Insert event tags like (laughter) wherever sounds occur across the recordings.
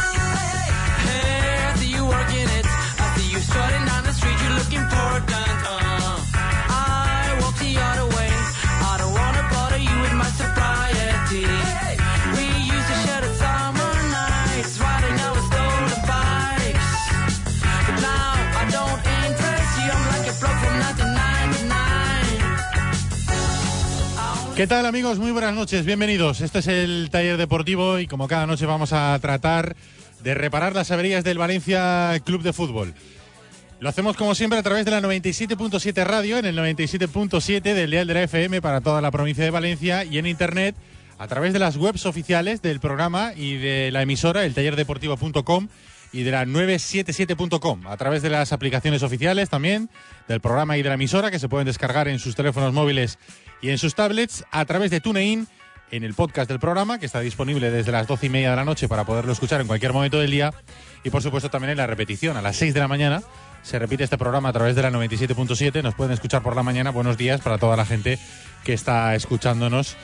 Hey, I see you working it. I see you strutting down the street. You're looking for a gun. Uh, I walk the other way. I don't wanna bother you with my sobriety. We used to share the summer nights, riding our stolen bikes. But now I don't interest you. I'm like a bloke from 1999. ¿Qué tal amigos? Muy buenas noches, bienvenidos. Este es el taller deportivo y como cada noche vamos a tratar de reparar las averías del Valencia Club de Fútbol. Lo hacemos como siempre a través de la 97.7 radio, en el 97.7 del Dial de la FM para toda la provincia de Valencia y en internet a través de las webs oficiales del programa y de la emisora, el tallerdeportivo.com y de la 977.com, a través de las aplicaciones oficiales también del programa y de la emisora que se pueden descargar en sus teléfonos móviles y en sus tablets, a través de TuneIn en el podcast del programa, que está disponible desde las 12 y media de la noche para poderlo escuchar en cualquier momento del día. Y por supuesto también en la repetición, a las 6 de la mañana. Se repite este programa a través de la 97.7. Nos pueden escuchar por la mañana. Buenos días para toda la gente que está escuchándonos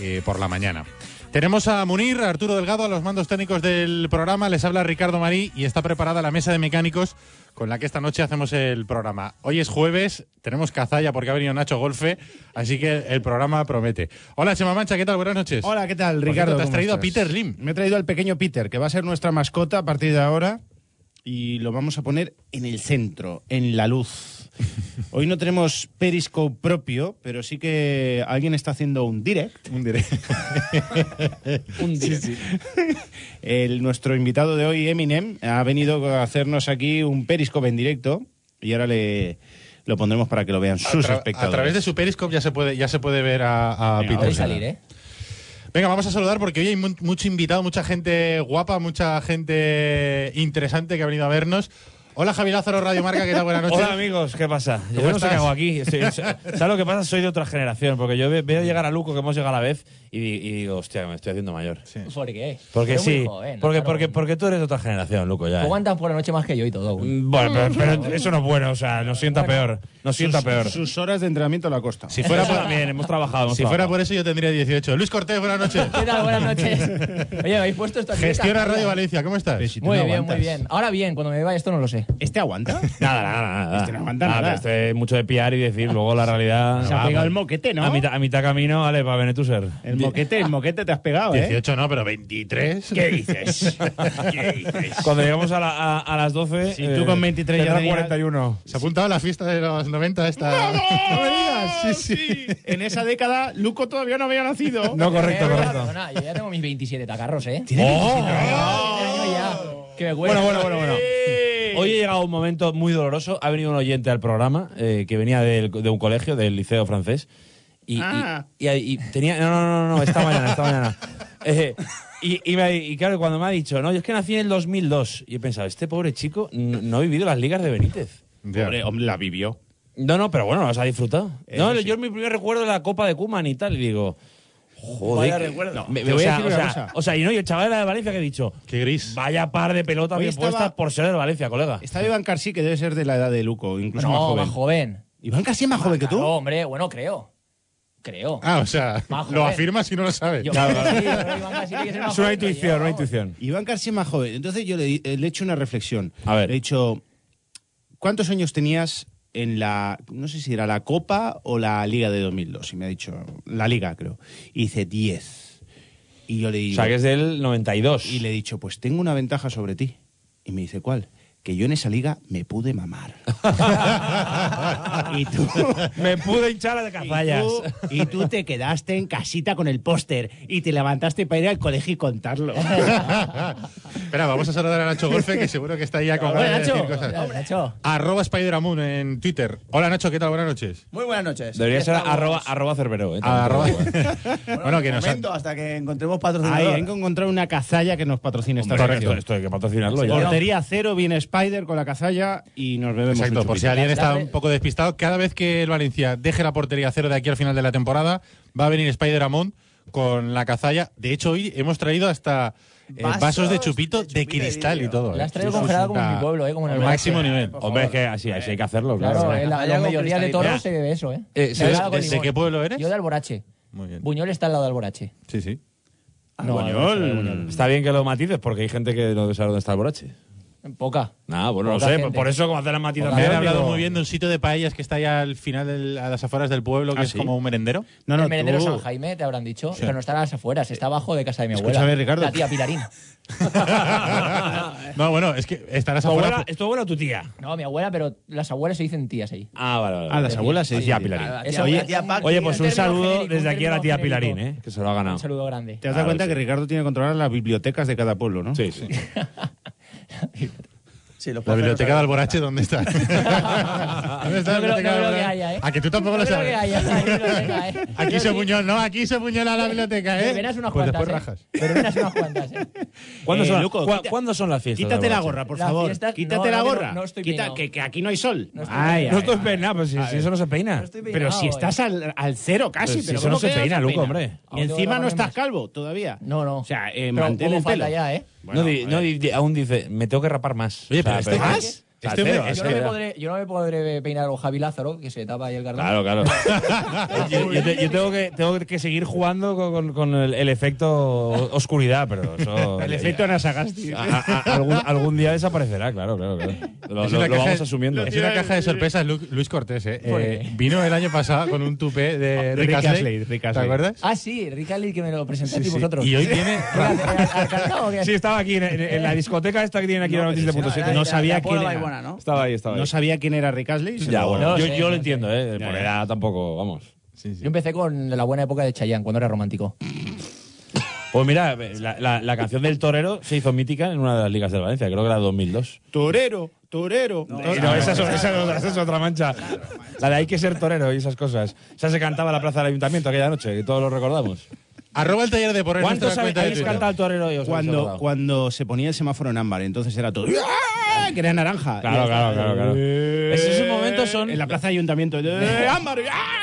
eh, por la mañana. Tenemos a Munir, a Arturo Delgado, a los mandos técnicos del programa. Les habla Ricardo Marí y está preparada la mesa de mecánicos con la que esta noche hacemos el programa. Hoy es jueves, tenemos cazalla porque ha venido Nacho Golfe, así que el programa promete. Hola, Chema Mancha, ¿qué tal? Buenas noches. Hola, ¿qué tal, Por Ricardo? cierto, te has ¿Cómo traído a estás? Peter Lim. Me he traído al pequeño Peter, que va a ser nuestra mascota a partir de ahora y lo vamos a poner en el centro, en (laughs) la luz. Hoy no tenemos Periscope propio, pero sí que alguien está haciendo un direct. Un direct. (laughs) un direct. El, nuestro invitado de hoy, Eminem, ha venido a hacernos aquí un Periscope en directo y ahora le lo pondremos para que lo vean sus a, tra- espectadores. a través de su Periscope ya se puede, ya se puede ver a, a Venga, Peter. voy a salir, ¿eh? Venga, vamos a saludar porque hoy hay mu- mucho invitado, mucha gente guapa, mucha gente interesante que ha venido a vernos. Hola Javier Lázaro, Radio Marca, ¿qué tal? Buenas noches. (laughs) Hola amigos, ¿qué pasa? Yo ¿Cómo no sé qué estás? (laughs) hago aquí. Estoy- ¿Sabes lo que pasa? Soy de otra generación, porque yo ve- veo llegar a Luco, que hemos llegado a la vez, y, di- y digo, hostia, me estoy haciendo mayor. ¿Por qué? Porque Pero muy sí, joven, porque, claro. porque, porque tú eres de otra generación, Luco, ya. ¿eh? Aguantas por la noche más que yo y todo. güey. Mm, Bueno, (laughs) pero, pero eso no es bueno, o sea, nos sienta peor. Nos sienta sus, peor. sus horas de entrenamiento a la costa. Si fuera (laughs) por, también, hemos trabajado. hemos Si fuera trabajado. por eso yo tendría 18. Luis Cortés, buenas noches. (laughs) ¿Qué tal? Buenas noches. Oye, me habéis puesto esta Gestiona Radio Valencia, ¿cómo estás? Pero si tú Muy no bien, aguantas. muy bien. Ahora bien, cuando me vaya esto no lo sé. (laughs) ¿Este aguanta? Nada, nada, nada. nada. Este no aguanta nada. Este es mucho de piar y decir, luego la realidad. Se ha Vamos. pegado el moquete, ¿no? A mitad, a mitad camino, vale, para Benetuser. El moquete, el moquete te has pegado, ¿eh? 18 no, pero 23. ¿Qué dices? (laughs) ¿Qué dices? Cuando llegamos a, la- a- a las 12. Si tú con 23 ya tendrá tenías- 41. Se apuntaba a la fiesta de los 90 esta. Sí, sí. En esa década, Luco todavía no había nacido. No, correcto, Eh, correcto. perdona, yo ya tengo mis 27 tacarros, ¿eh? ¡Oh! eh, Yo ya, que me Bueno, cuelgo. bueno, bueno, bueno. Hoy he llegado a un momento muy doloroso. Ha venido un oyente al programa eh, que venía del- de un colegio, del liceo francés. Y, y- Ah. y- y tenía. No, no, no, no, esta mañana, esta mañana. Eh, y, y me- y claro, cuando me ha dicho, no, yo es que nací en el 2002. Y he pensado, este pobre chico no, no ha vivido las ligas de Benítez. Hombre, hombre, la vivió. No, no, pero bueno, las ha disfrutado. Eso no, sí. yo mi primer recuerdo de la Copa de Cuman y tal. Y digo, joder. Vaya que- recuerdo. No, me- Te o, voy a sea, decir o, una sea, cosa. o sea, y no, y el chaval era de Valencia que he dicho, Qué gris. Vaya par de pelotas Hoy bien estaba- puestas por ser del Valencia, colega. Está Iván Carsí, que debe ser de la edad de Luco, incluso más No, joven. más joven. ¿Iván Carsí es más joven que Claro, tú? hombre, bueno, creo. Creo. Ah, o sea, Va, joder. lo afirmas y no lo sabes. Yo claro, creo que claro. sí, yo creo que Iván Casillas es el más Es una joven que Ah, intuición, yo. una intuición. Iván García es más joven. Entonces yo le, eh, le he hecho una reflexión. A ver. Le he dicho, ¿cuántos años tenías en la, no sé si era la Copa o la Liga de 2002? Y me ha dicho, la Liga creo. Y dice, 10. Y yo le O digo, sea, que es del 92. y (laughs) le he dicho, pues tengo una ventaja sobre ti. Y me dice, ¿cuál? Que yo en esa liga me pude (laughs) mamar. y tú... Me pude hinchar a de Y tú, y tú te quedaste en casita con el póster y te levantaste para ir al colegio (laughs) y contarlo. (laughs) Espera, vamos a saludar a Nacho Golfe, que seguro que está ahí a con Hombre, ganas de Nacho. decir cosas. Hombre, Nacho. Arroba Spideramoon en Twitter. Hola Nacho, ¿qué tal? Buenas noches. Muy buenas noches. Debería Aquí ser estamos. arroba, arroba Cerbero. ¿eh? Ah, Arroba- Tampoco, ¿eh? (laughs) bueno, que Un nos han- momento hasta que encontremos Ahí, patrocinador. hay que encontrar una cazalla que nos patrocine esta Correcto, sección. esto hay que patrocinarlo ya. Portería cero, viene Spider con la cazalla y nos bebemos Exacto, un por si chupito. alguien está Dale. un poco despistado, cada vez que el Valencia deje la portería a cero de aquí al final de la temporada, va a venir Spider Amon con la cazalla. De hecho, hoy hemos traído hasta eh, vasos, de Vasos chupito de de, chupito de cristal y vidrio. todo. La has ¿eh? traído Sí, sí, congelada sí, como en está mi pueblo, ¿eh? Como en el al Valencia. máximo nivel. Hombre, es que así, así hay que hacerlo, claro. Claro, eh, la, Vaya la con mayoría de cristalito. toros se bebe eso, ¿eh? Eh, ¿sabes Helada con desde limón. qué pueblo eres? Yo de Alborache. Muy bien. Buñol está al lado de Alborache. Sí, sí. No, Buñol. Está bien que lo matices porque hay gente que no sabe dónde está el borache. En poca. Nada, bueno, no Poca sé. gente. Por eso, como hacer las matizaciones. Me han hablado digo- muy bien de un sitio de paellas que está allá al final, del- a las afueras del pueblo, que ¿Ah, es sí? como un merendero. No, no, el merendero tú. San Jaime, te habrán dicho, pero no está a las afueras, está abajo de casa de mi abuela. Escúchame, Ricardo. La tía Pilarín. no, bueno, es que estarás ¿Tu afuera. abuela, ¿Es tu abuela o tu tía? No, mi abuela, pero las abuelas se dicen tías ahí. Ah, vale, vale. A las abuelas se La dice tía tía. La Pilarín. tía- Oye, la tía Paqui, Oye, pues un término saludo genérico, desde un aquí a la tía término Pilarín, genérico. ¿eh? Que se lo ha ganado. Un saludo grande. Te has dado Claro, cuenta sí. que Ricardo tiene que controlar las bibliotecas de cada pueblo, ¿no? Sí, sí. Sí, lo La puedo hacer biblioteca de otra Alborache, (laughs) ¿dónde está? ¿Dónde está No creo- la no biblioteca de creo que Alborache? haya, ¿eh? A Ah, que tú tampoco No lo creo sabes. que haya una biblioteca, ¿eh? (laughs) Aquí Yo se sí. puñó, no, aquí se puñala la biblioteca, ¿eh? Verás unas pues cuantas. después ¿eh? rajas. Pero verás unas cuantas. ¿eh? ¿Cuándo, Eh, son, las- Luco, cua- quita- ¿Cuándo son las fiestas? Quítate del la Borache? gorra, por Las favor. fiestas- Quítate no, la no, gorra. no estoy Quita- peinado. que, que aquí no hay sol. No estoy Ay, peinado. ay, No estoy ay. peinado, pues si, si eso no se peina. estoy Pero si peinado, estás eh. al, al cero casi. Pero si pero eso no ¿cómo se que peina, se Luco, peina? hombre. Y Aún tengo encima la no barba estás más. calvo todavía. No, no. O sea, eh, Pero mantén poco el pelo. falta ya, ¿eh? no, di- no di- aún dice, me tengo que rapar más. Oye, O sea, pero este- pero- ¿Más? o sea, Este hombre- es cero, Yo es no, que me ya. podré, yo no me podré peinar o Javi Lázaro, que se tapa ahí el garganta. Claro, claro. yo, yo te- yo tengo, que, tengo que seguir jugando con, con- con el, el efecto oscuridad, pero eso. El efecto Anasagasti. A- a- a- algún, algún día desaparecerá, claro, claro, claro. Lo, Es lo- una lo caja vamos de- asumiendo. Es una caja de sorpresas, Lu- Luis Cortés. ¿eh? ¿Por Eh, qué? vino el año pasado con un tupé de Rick Rick Astley. Astley, Rick ¿Te Astley. acuerdas? Ah, sí, Ricali, que me lo presentaste Sí, (laughs) sí. vosotros. Y hoy viene. ¿Era- era- era Alcalá o qué? Sí, estaba aquí en, en- en la discoteca esta que tienen aquí en la vez. No, 97.7. era- No era- sabía era Paula quién era. Baibona, ¿no? Estaba ahí, estaba ahí. No sabía quién era Rick Astley. se Ya, lo- bueno, No yo, sé, yo no lo sé. entiendo, ¿eh? Por edad tampoco, vamos. Sí, sí. Yo empecé con la buena época de Chayanne, cuando era romántico. Pues mira, la, la- la canción del torero se hizo mítica en una de las ligas de Valencia, creo que era 2002. Torero, torero. No, esa, es, esa es otra- esa es otra mancha. La de hay que ser torero y esas cosas. Esa se cantaba en la plaza del ayuntamiento aquella noche, que todos lo recordamos. Arroba el taller de por en ¿Cuántos nuestra Pues habéis cuenta de habéis Twitter. cantado el torero? y os habéis cuando, acordado? cuando se ponía el semáforo en ámbar, entonces era todo. ¡Ah! Que era naranja. Claro, Y claro, claro, claro. Eh, Esos momentos son- En la plaza de ayuntamiento. ¡eh, ¡Ámbar! ¡ah!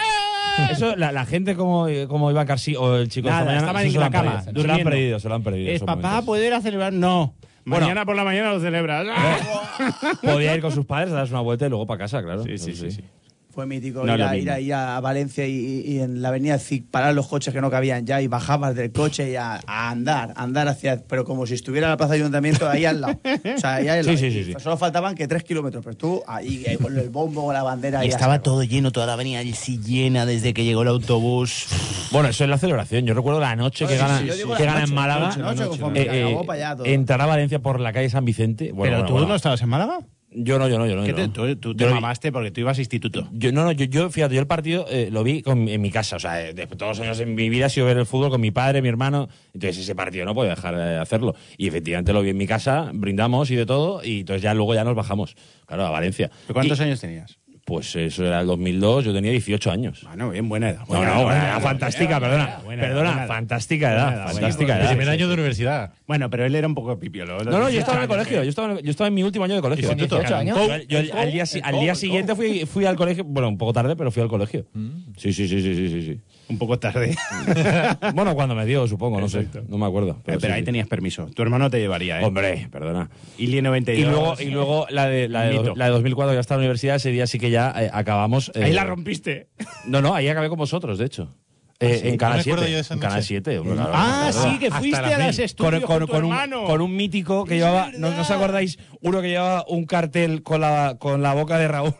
Eso, la, la gente como, como Iván Carsi o el chico Nada, de esta estaban mañana, en eso se lo la han cama, perdido, se lo han durmiendo. perdido, se lo han perdido. Es esos papá, momentos. ¿poder celebrar? No. Bueno. Eh. Mañana por la mañana lo celebras. ¡Ah! Podía ir con sus padres a darse una vuelta y luego para casa, claro. Sí, sí, Eso sí, sí. Fue mítico No, ir, lo a, mismo. ir ahí a Valencia y, y en la avenida Zic parar los coches que no cabían ya y bajabas del coche y a, a andar, a andar hacia... Pero como si estuviera la plaza de ayuntamiento ahí al lado. O sea, ahí al Sí, lado. sí, sí, sí. Solo faltaban que tres kilómetros, pero tú ahí, ahí con el bombo, con la bandera... Y ahí estaba hasta- todo lleno, toda la avenida sí llena desde que llegó el autobús. Bueno, eso es la celebración. Yo recuerdo la noche que Sí, sí, gana, sí, yo digo que la gana noche, en la Málaga. noche, la noche, conforme Eh, eh, acabó para allá todo. entrar a Valencia por la calle San Vicente. Bueno, Pero bueno, tú bueno. no estabas en Málaga. Yo no, yo no, yo no. ¿Qué yo te- no. tú, tú te Yo- mamaste porque tú ibas a instituto. Yo, no, no, yo, yo, fíjate, yo el partido eh, lo vi con- en mi casa. O sea, eh, de todos los años en mi vida he sido ver el fútbol con mi padre, mi hermano. Entonces ese partido no podía dejar de hacerlo. Y efectivamente lo vi en mi casa, brindamos y de todo. Y entonces ya luego ya nos bajamos, claro, a Valencia. ¿Cuántos Y- años tenías? Pues eso era el 2002, yo tenía 18 años. Bueno, bien, buena edad. No, Buena no, edad, bueno, buena era edad. fantástica, perdona. buena edad, Perdona, buena edad. fantástica Buena edad, edad, fantástica edad. Primer año de universidad. Bueno, pero él era un poco pipiolo. No, no, yo estaba en el colegio, ¿eh? yo estaba, en el- yo estaba en mi último año de colegio. ¿Con 18 años? Yo- yo al- al día, si- al día siguiente fui, fui al colegio, bueno, un poco tarde, pero fui al colegio. Mm. Sí, sí, sí, sí, sí, sí, sí. Un poco (laughs) tarde. Bueno, cuando me dio, supongo, no sé, no me acuerdo. (laughs) Pero, sí, ahí sí. tenías permiso. Tu hermano te llevaría, ¿eh? Hombre, perdona. Ilie 92. Y luego, eh, y luego la, de, la, de, eh, Mito. la de 2004, ya estaba en la universidad, ese día sí que ya eh, acabamos. eh, Ahí la rompiste. No, no, ahí acabé con vosotros, de hecho. Eh, en Canal Ah, No me acuerdo 7. yo de esa en Canal noche. 7. hombre, claro, Ah, claro. sí, que Hasta fuiste las a las mil. estudios con, tu un, hermano. con un mítico que llevaba, ¿no, no os acordáis? Uno que llevaba un cartel con la, con la boca de Raúl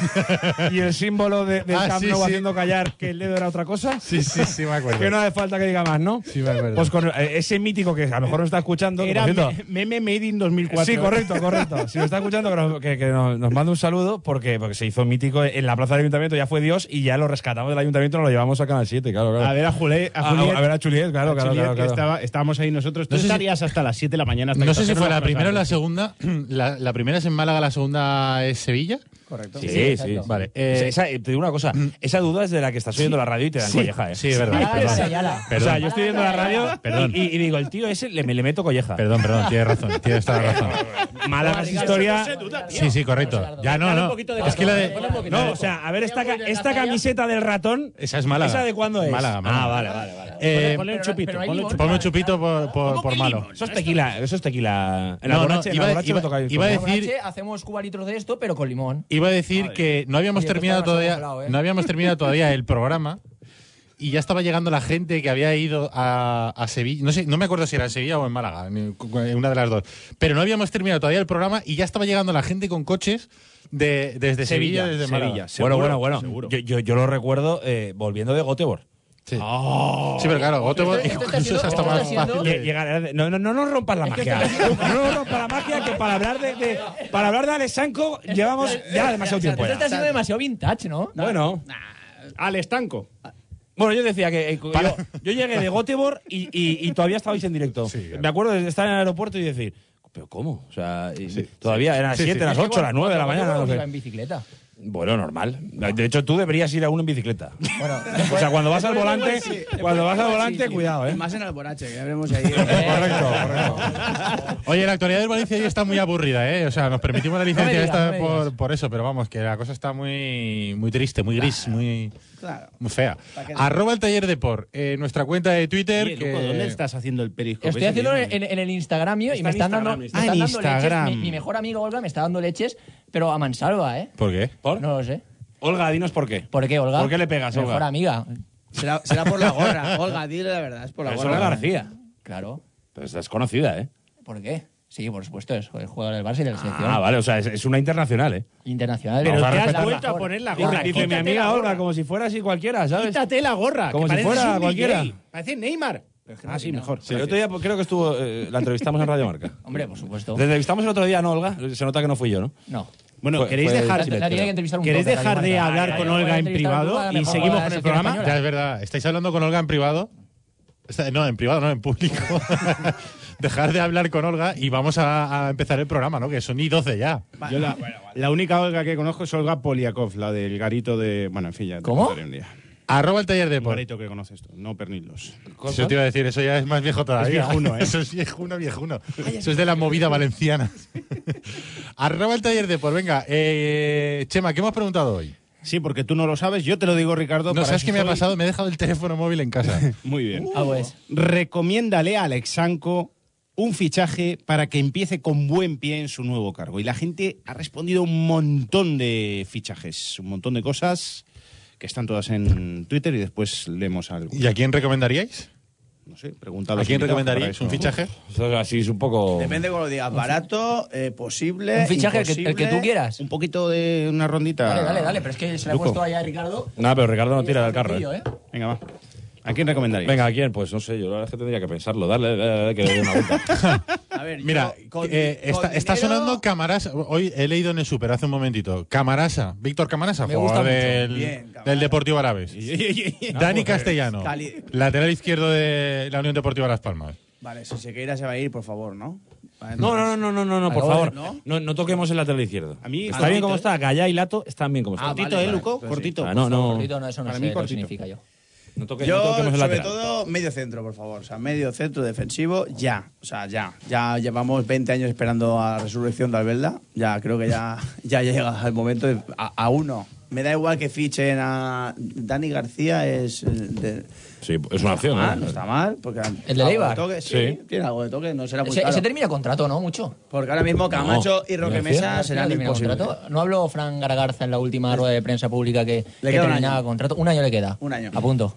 (laughs) y el símbolo de, del Ah, Camp sí, Nou sí. haciendo callar que el dedo era otra cosa. Sí, sí, sí, me acuerdo. Que no hace falta que diga más, ¿no? Sí, me acuerdo. Pues con eh, ese mítico que a lo mejor nos está escuchando. que, Era por cierto, me- meme Made in 2004. Sí, correcto, correcto. Si lo está escuchando, que nos, que- que nos- nos mande un saludo porque, porque se hizo mítico en la plaza del ayuntamiento, ya fue Dios y ya lo rescatamos del ayuntamiento y nos lo llevamos a Canal 7, claro, claro. A ver a Juliet. Ah, A Juliet. a ver a Juliet, claro, A claro, Juliet, claro, que claro. estaba- estábamos ahí nosotros. Tú No sé si- estarías hasta las 7 de pues, la mañana. hasta No que sé si trajeron fue la los primera o la croissants. segunda. (clears throat) La, la primera es en Málaga, la segunda es Sevilla. Correcto. Sí, Sí, sí, exacto. Vale. eh, esa- eh, te digo una cosa, Mm. esa duda es de la que estás oyendo la radio y te dan colleja, ¿eh? Sí, es verdad. Ah, perdón. esa ya la- O Perdón. sea, yo estoy viendo la radio Perdón. Y, y digo, el tío ese le, le meto colleja. Perdón, perdón, tienes razón, tienes toda la razón. Málaga es historia. Sí, sí, correcto. Ya no, no. Es que la de. No, o sea, a ver esta, ca- esta camiseta del ratón. Esa es Málaga. ¿Esa de cuándo es? Málaga, Málaga. Ah, vale, vale, vale. Eh, Ponle un Pero no- chupito. pero no hay ¿eh? ponle limón. un chupito. Ponme un chupito por, por, por malo. Eso es tequila, eso es tequila. En la No, no, borracha, en la iba a- borracha iba- me toca ir iba a con- La decir- noche hacemos cubalitos de esto, pero con limón. Iba a decir que no habíamos Oye, pues terminado ahora nos todavía, hemos colado, ¿eh? no habíamos terminado todavía el programa y ya estaba llegando la gente que había ido a, a Sevilla. No sé, no me acuerdo si era en Sevilla o en Málaga, ni cu- cu- una de las dos. Pero no habíamos terminado todavía el programa y ya estaba llegando la gente con coches de, desde Sevilla, Sevilla, desde Málaga. Sevilla. Bueno, Seguro, bueno, bueno. seguro. Yo, yo, yo lo recuerdo eh, volviendo de Göteborg. Sí. Sí, pero claro, Göteborg esto está incluso es siendo- hasta esto más está siendo- fácil. Lle- llegar a- no, no, no nos rompas la magia. No nos rompas la magia que para hablar de, de- para hablar de Alessanco llevamos ya demasiado tiempo. Esto ya. está siendo demasiado vintage, ¿no? Bueno. Ah. Al estanco. Bueno, yo decía que eh, yo, yo llegué de Göteborg y, y- y todavía estabais en directo. Sí, claro. Me acuerdo de estar en el aeropuerto y decir, ¿pero cómo? O sea, y- todavía eran las Sí, 7, sí. las 8, las 9 de la mañana. no Yo sé. iba en bicicleta. Bueno, normal. De hecho, tú deberías ir a uno en bicicleta. Bueno, O sea, cuando vas al volante, cuando vas al volante, cuidado, Y ¿eh? más en Alborache, que ya veremos ahí. Correcto, correcto. Oye, la actualidad del Valencia hoy está muy aburrida, ¿eh? O sea, nos permitimos la licencia digas, esta no me por, digas. por eso, pero vamos, que la cosa está muy, muy triste, muy gris, muy... (laughs) Claro. Muy fea. ¿Para qué? Arroba el taller de por. eh, nuestra cuenta de Twitter. Oye, que- Luco, ¿Dónde estás haciendo el periscope? Estoy Ese haciéndolo que- en, en- en el Instagram mío y Está me en están dando, Instagram, me está están en dando Instagram. leches. Mi, mi mejor amigo Olga me está dando leches, pero a mansalva, ¿eh? ¿Por qué? ¿Por? No lo sé. Olga, dinos por qué. ¿Por qué, Olga? ¿Por qué le pegas, Mi Olga? Mejor amiga. Será, será por la gorra, (laughs) Olga, dile la verdad, es por la Es gorra. Olga García. Claro. Pero es conocida, ¿eh? ¿Por qué? Sí, por supuesto, es el jugador del Barça y de la selección. Ah, vale, o sea, es, es una internacional, ¿eh? Internacional. Pero Vamos a te has respetar. vuelto a poner la Dice, gorra. dice mi quítate amiga la Olga, gorra. como si fuera así cualquiera, ¿sabes? Quítate la gorra. Como que si pareces fuera un cualquiera. DJ. Pareces Neymar. Ah, sí, mejor. Sí, el otro día creo que estuvo. eh, la entrevistamos en Radio Marca. Hombre, por supuesto. La entrevistamos el otro día, ¿no, Olga? Se nota que no fui yo, ¿no? No. Bueno, Fue- ¿queréis fue- dejar, La- la tiene que entrevistar un ¿queréis poco, dejar de Rafa. hablar Ay, con ay, ay, Olga en entrevistar a Olga, privado la y mejor seguimos jugadora con de el la programa? selección Ya es verdad. ¿Estáis hablando con Olga en privado? Está- No, en privado, no, en público. (laughs) Dejar de hablar con Olga y vamos a, a empezar el programa, ¿no? Que son y 12 ya. Yo la, la única Olga que conozco es Olga Poliakov, la del garito de... Bueno, en fin, ya te ¿Cómo? contaré un día. Arroba el taller de El por. garito que conoces tú, no pernilos. Eso te iba a decir, eso ya es más viejo todavía. viejuno, ¿eh? Eso es viejuno, viejuno. Eso es de la movida valenciana. (laughs) Arroba el taller de por. Venga, eh, Chema, ¿qué hemos preguntado hoy? Sí, porque tú no lo sabes, yo te lo digo, Ricardo. No, para ¿sabes eso qué me ha soy- pasado? Uh. Me he dejado el teléfono móvil en casa. Muy bien. Ah, pues. Recomiéndale a Alexanco un fichaje para que empiece con buen pie en su nuevo cargo. Y la gente ha respondido un montón de fichajes, un montón de cosas que están todas en Twitter y después leemos algo. ¿Y a quién recomendaríais? No sé, pregunta ¿A los quién invitados para recomendaríais eso. un fichaje? Eso es así, es un poco. Depende cómo lo digas, barato, eh, posible, Un fichaje el que, imposible. el que tú quieras. Un poquito de una rondita. Dale, dale, dale. Pero es que se le ha Luco. puesto ahí a Ricardo. Nada, pero Ricardo no tira del carro. Tío, ¿eh? ¿eh? Venga, va. ¿A quién recomendaríais? Venga, ¿a quién? Pues no sé, yo la verdad es que tendría que pensarlo. Dale, dale, dale, que le dé una vuelta. (laughs) A ver, yo Mira, con- eh, con está, está dinero- sonando Camarasa. Hoy he leído en el Super hace un momentito. Camarasa, Víctor Camarasa, Me jugador gusta mucho. del, Bien, del Camarasa. Deportivo Arabes. Dani Castellano, Cali- lateral izquierdo de la Unión Deportiva Las Palmas. Vale, si se quiera se va a ir, por favor, ¿no? Vale, No, no, no, no, no, no, por Ahora, favor. ¿no? No, no toquemos el lateral izquierdo. A mí, está cortito, bien como ¿eh? está. Gallá y Lato están bien como están. Cortito, vale, ¿eh, vale, Luco? pues sí. cortito. Ah, no, no. Cortito, no, eso no Para sé mí lo que cortito. significa yo. No, toque- no Yo, toquemos el sobre lateral. todo, medio centro, por favor. O sea, medio centro defensivo, ya. O sea, ya. Ya llevamos 20 años esperando a la resurrección de Albelda. Ya creo que ya, (laughs) ya llega el momento. de- a, a uno. Me da igual que fichen a Dani García, es. eh, de- Sí, es una opción, Ah, ¿eh? no está mal. Porque ¿El de Leibar? Toque, sí, Sí. tiene algo de toque, no será muy Ese, caro. ese termina contrato, ¿no? Mucho. Porque ahora mismo Camacho y Roque García. Mesa serán Termina imposibles. contrato. ¿No habló Fran Gargarza en la última rueda de prensa pública que, que queda un terminaba año. contrato? Un año le queda. Un año. A punto.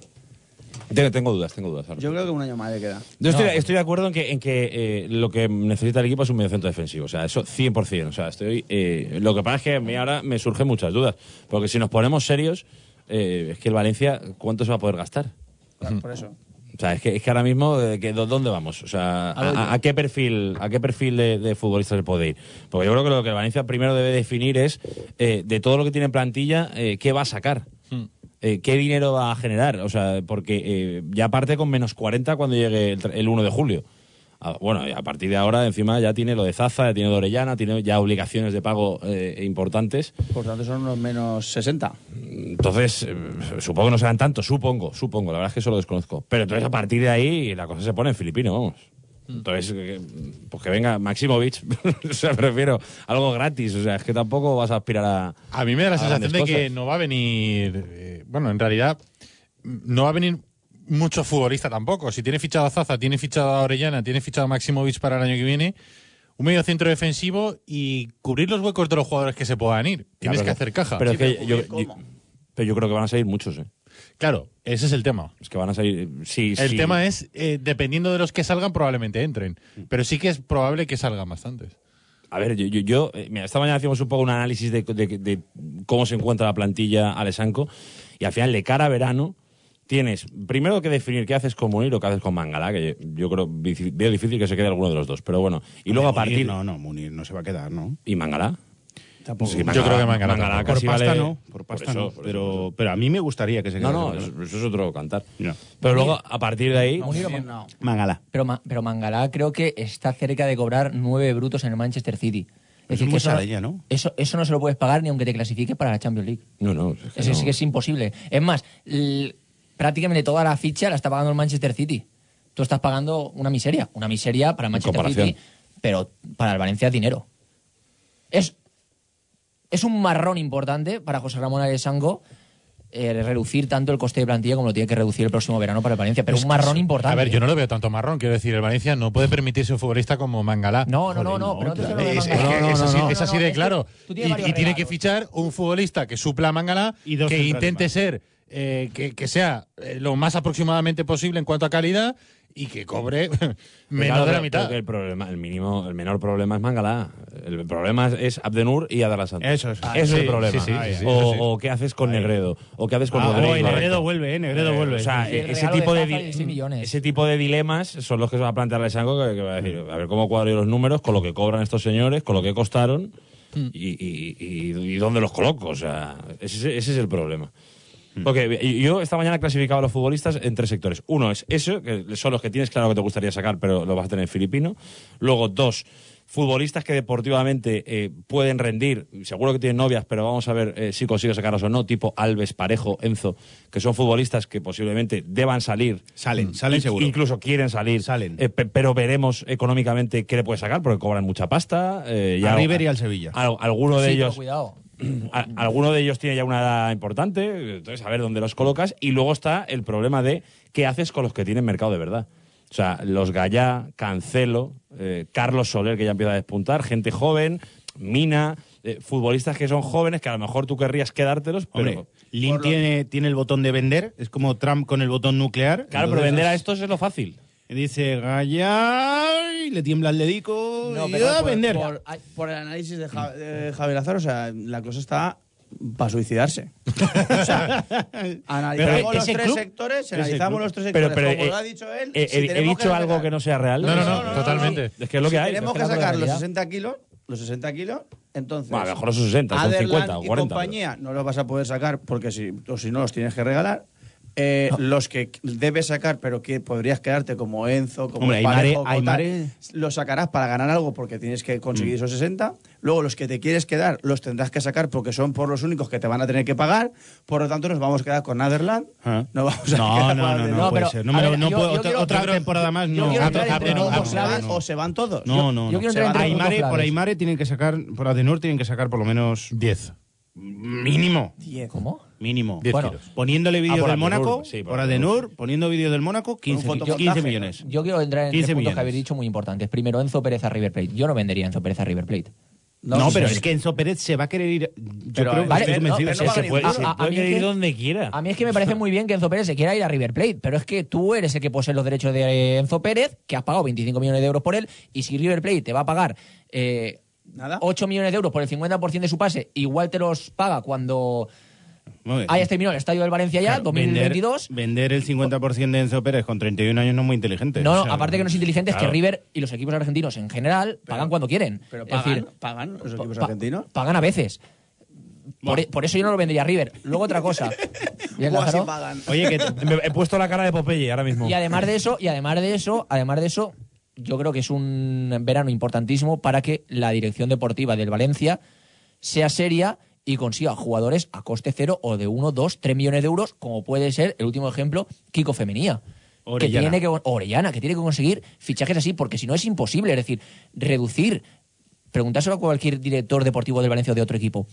Tengo, tengo dudas, tengo dudas. al Yo respecto. creo que un año más le queda. Yo estoy, estoy de acuerdo en que, en que eh, lo que necesita el equipo es un mediocentro defensivo. O sea, eso 100%. O sea, estoy, eh, lo que pasa es que a mí ahora me surgen muchas dudas. Porque si nos ponemos serios, eh, es que el Valencia, ¿cuánto se va a poder gastar? Claro, Por eso. O sea, es que, es que ahora mismo, eh, que ¿dó- ¿dónde vamos? O sea, ¿A dónde? ¿a, a qué perfil, a qué perfil de, de futbolista se puede ir? Porque yo creo que lo que el Valencia primero debe definir es, eh, de todo lo que tiene en plantilla, eh, ¿qué va a sacar? Eh, ¿Qué dinero va a generar? O sea, porque eh, ya parte con menos 40 cuando llegue el, tre- el 1 de julio. Ah, Bueno, y a partir de ahora, encima, ya tiene lo de Zaza, ya tiene lo de Orellana, tiene ya obligaciones de pago eh, importantes. Por tanto, son unos menos 60. Entonces, eh, supongo que no serán tantos, supongo, supongo, la verdad es que eso lo desconozco. Pero entonces a partir de ahí la cosa se pone en filipino, vamos. Entonces, que- que- pues que venga Maximovich, (laughs) o sea, prefiero algo gratis, o sea, es que tampoco vas a aspirar a... A mí me da la a sensación de grandes que cosas. no va a venir. eh, bueno, en realidad, m- no va a venir mucho futbolista tampoco. Si tiene fichado a Zaza, tiene fichado a Orellana, tiene fichado a Maximovic para el año que viene. Un medio centro defensivo y cubrir los huecos de los jugadores que se puedan ir. Tienes Claro, que hacer caja. Pero, Sí, es que pero yo, ¿cómo? yo- pero yo creo que van a salir muchos, ¿eh? claro, ese es el tema. Es que van a salir... Sí, El tema es, eh, dependiendo de los que salgan, probablemente entren. Mm. Pero sí que es probable que salgan bastantes. A ver, yo, yo, yo, eh, mira, esta mañana hacíamos un poco un análisis de, de- de cómo se encuentra la plantilla Alesanco y al final de cara a verano tienes primero que definir qué haces con Munir o qué haces con Mangala, que yo, yo creo difi- veo difícil que se quede alguno de los dos, pero bueno, y luego a partir No, no, Munir no se va a quedar, ¿no? y Mangala. Tampoco. Yo creo que Mangala tampoco. casi por pasta vale- no, por pasta eso, no, por eso, pero, por eso. pero a mí me gustaría que se no, quedara. no, eso, eso es otro cantar. Ya. Pero luego a partir de ahí Munir o Sí, Man- no. Mangala. Pero, Ma- pero Mangalá creo que está cerca de cobrar nueve brutos en el Manchester City. Es decir, muy que eso, saladilla, ¿no? Eso, eso no se lo puedes pagar ni aunque te clasifiques para la Champions League. no, no, es que Eso no. sí que es imposible. Es más, l- prácticamente toda la ficha la está pagando el Manchester City. Tú estás pagando una miseria. Una miseria para el Manchester comparación. City, pero para el Valencia es dinero. Es, es un marrón importante para José Ramón Alessango eh, reducir tanto el coste de plantilla como lo tiene que reducir el próximo verano para el Valencia. Pero un marrón importante. A ver, yo no lo veo tanto marrón. Quiero decir, el Valencia no puede permitirse un futbolista como Mangala. No, no, no, no, pero no te estoy hablando de Eh, Es, es Mangala. que No, no, es no, así, no. es así No, no, de es que claro. tú Y, tienes varios y tiene que regalos. fichar un futbolista que supla a Mangala, Y dos que centrales intente más. ser, eh, que, que sea eh, lo más aproximadamente posible en cuanto a calidad y que cobre (laughs) menos de la Claro, pero- mitad. Ah, pero que El problema, el mínimo, el menor problema es Mangala. El problema es- es Abdenur y Adala Santos. Eso es. Ah, Eso es sí, el problema. sí, sí, sí, sí, o, sí. o qué haces con Negredo, o qué haces con Ah, Rodrigo. hoy Negredo vuelve, eh, Negredo Eh, vuelve. O sea, Sí, sí, el ese regalo tipo de de, Zaza di- de 6 millones. ese tipo de dilemas son los que se va a plantear el Sango que, que va a decir, a ver cómo cuadro yo los números con lo que cobran estos señores, con lo que costaron Hmm. y, y- y- y dónde los coloco. O sea, ese, ese es el problema. Porque Mm. yo esta mañana clasificaba a los futbolistas en tres sectores. Uno es eso, que son los que tienes claro que te gustaría sacar, pero lo vas a tener filipino. Luego, dos, futbolistas que deportivamente eh, pueden rendir. Seguro que tienen novias, pero vamos a ver eh, si consigue sacarlos o no. Tipo Alves, Parejo, Enzo, que son futbolistas que posiblemente deban salir. Mm. Salen, salen Inc- seguro. Incluso quieren salir. Salen. Eh, pe- pero veremos económicamente qué le puede sacar, porque cobran mucha pasta. eh, ya- A River y al Sevilla. Al- alguno de Sí, pero ellos. cuidado. A- alguno de ellos tiene ya una edad importante, entonces a ver dónde los colocas. Y luego está el problema de qué haces con los que tienen mercado de verdad. O sea, los Gallá, Cancelo, eh, Carlos Soler, que ya empieza a despuntar, gente joven, Mina, eh, futbolistas que son jóvenes que a lo mejor tú querrías quedártelos, pero. Hombre, Lin tiene, tiene el botón de vender, es como Trump con el botón nuclear. claro, pero Entonces, vender a estos es lo fácil. Dice Gaya y le tiembla el dedico No, y pero a por- vender. Por, ay, por el análisis de, Ja- de Javier Azar, o sea, la cosa está para (laughs) suicidarse. o sea, analizamos Pero los ese tres club- sectores, ese analizamos club. los tres Pero, sectores. pero, como eh, lo ha dicho él, eh, si he- he tenemos dicho algo sacar- que no sea real. No, no, no, no, totalmente. Es que es lo si que hay. Tenemos es que que es la sacar los realidad. 60 kilos, los 60 kilos, entonces. Bueno, a lo mejor no son 60, son Aderland 50 o y 40, compañía no los vas a poder sacar porque si, o si no los tienes que regalar. Eh, Ah. Los que debes sacar, pero que podrías quedarte como Enzo, como Hombre, Parejo, Aymare- como tal, Aymare- los sacarás para ganar algo porque tienes que Mm. conseguir esos 60. Luego, los que te quieres quedar, los tendrás que sacar porque son por los únicos que te van a tener que pagar. Por lo tanto, nos vamos a quedar con Netherland. Ah. No vamos a No, quedar no, con no, Netherland. no, puede pero, ser. No a me lo- ver, no yo- puedo- yo otra- quiero- otra yo creo- temporada más yo no. quiero Ah, entrar en ah, Abdenur- no, puntos no, Abdenur- claves. ¿Saben? O se van todos. No, no, yo no. quiero Se entrar van en a tres puntos Aymare, por claves. Aymare tienen que sacar, por Adenur tienen que sacar por lo menos 10. mínimo, ¿Cómo? mínimo. Diez Bueno, kilos. Poniéndole Ah, vídeos por del Adenur, Mónaco, sí, por por Adenur. Adenur, poniendo vídeos del Mónaco, 15, Un fotomontaje. 15 millones. eh. Yo quiero entrar en 15 tres puntos millones. que habéis dicho muy importantes. Primero, Enzo Pérez a River Plate. Yo no vendería a Enzo Pérez a River Plate. No, No, pero sí. es que Enzo Pérez se va a querer ir. Yo Pero, creo eh, que vale, estoy no, convencido. pero no Sí, va a se venir puede- Ah, sí. ah, a puede mí querer es ir que- donde quiera. A mí es que me parece muy bien que Enzo Pérez se quiera ir a River Plate, pero es que tú eres el que posee los derechos de eh, Enzo Pérez, que has pagado 25 millones de euros por él, y si River Plate te va a pagar eh, Nada. 8 millones de euros por el 50% de su pase, igual te los paga cuando Muy bien. hayas terminado el estadio del Valencia ya, Claro, vender- 2022. Vender, el 50% de Enzo Pérez con 31 años no es muy inteligente. No, O no, sea, aparte que no es inteligente, es que River y los equipos argentinos en general pagan cuando quieren. Pero Es pagan, decir, pagan los equipos pa- argentinos. Pagan a veces. Por, e- por eso yo no lo vendería a River. Luego (laughs) otra cosa. Bien, Buah, sí Lázaro. pagan. Oye, que te- me- he puesto la cara de Popeye ahora mismo. Y además de eso, y además de eso, además de eso, yo creo que es un verano importantísimo para que la dirección deportiva del Valencia sea seria y consiga jugadores a coste cero o de 1, 2, 3 millones de euros, como puede ser el último ejemplo, Kiko Femenía. Orellana. Que tiene que, o Orellana, que tiene que conseguir fichajes así, porque si no es imposible. Es decir, reducir, preguntárselo a cualquier director deportivo del Valencia o de otro equipo,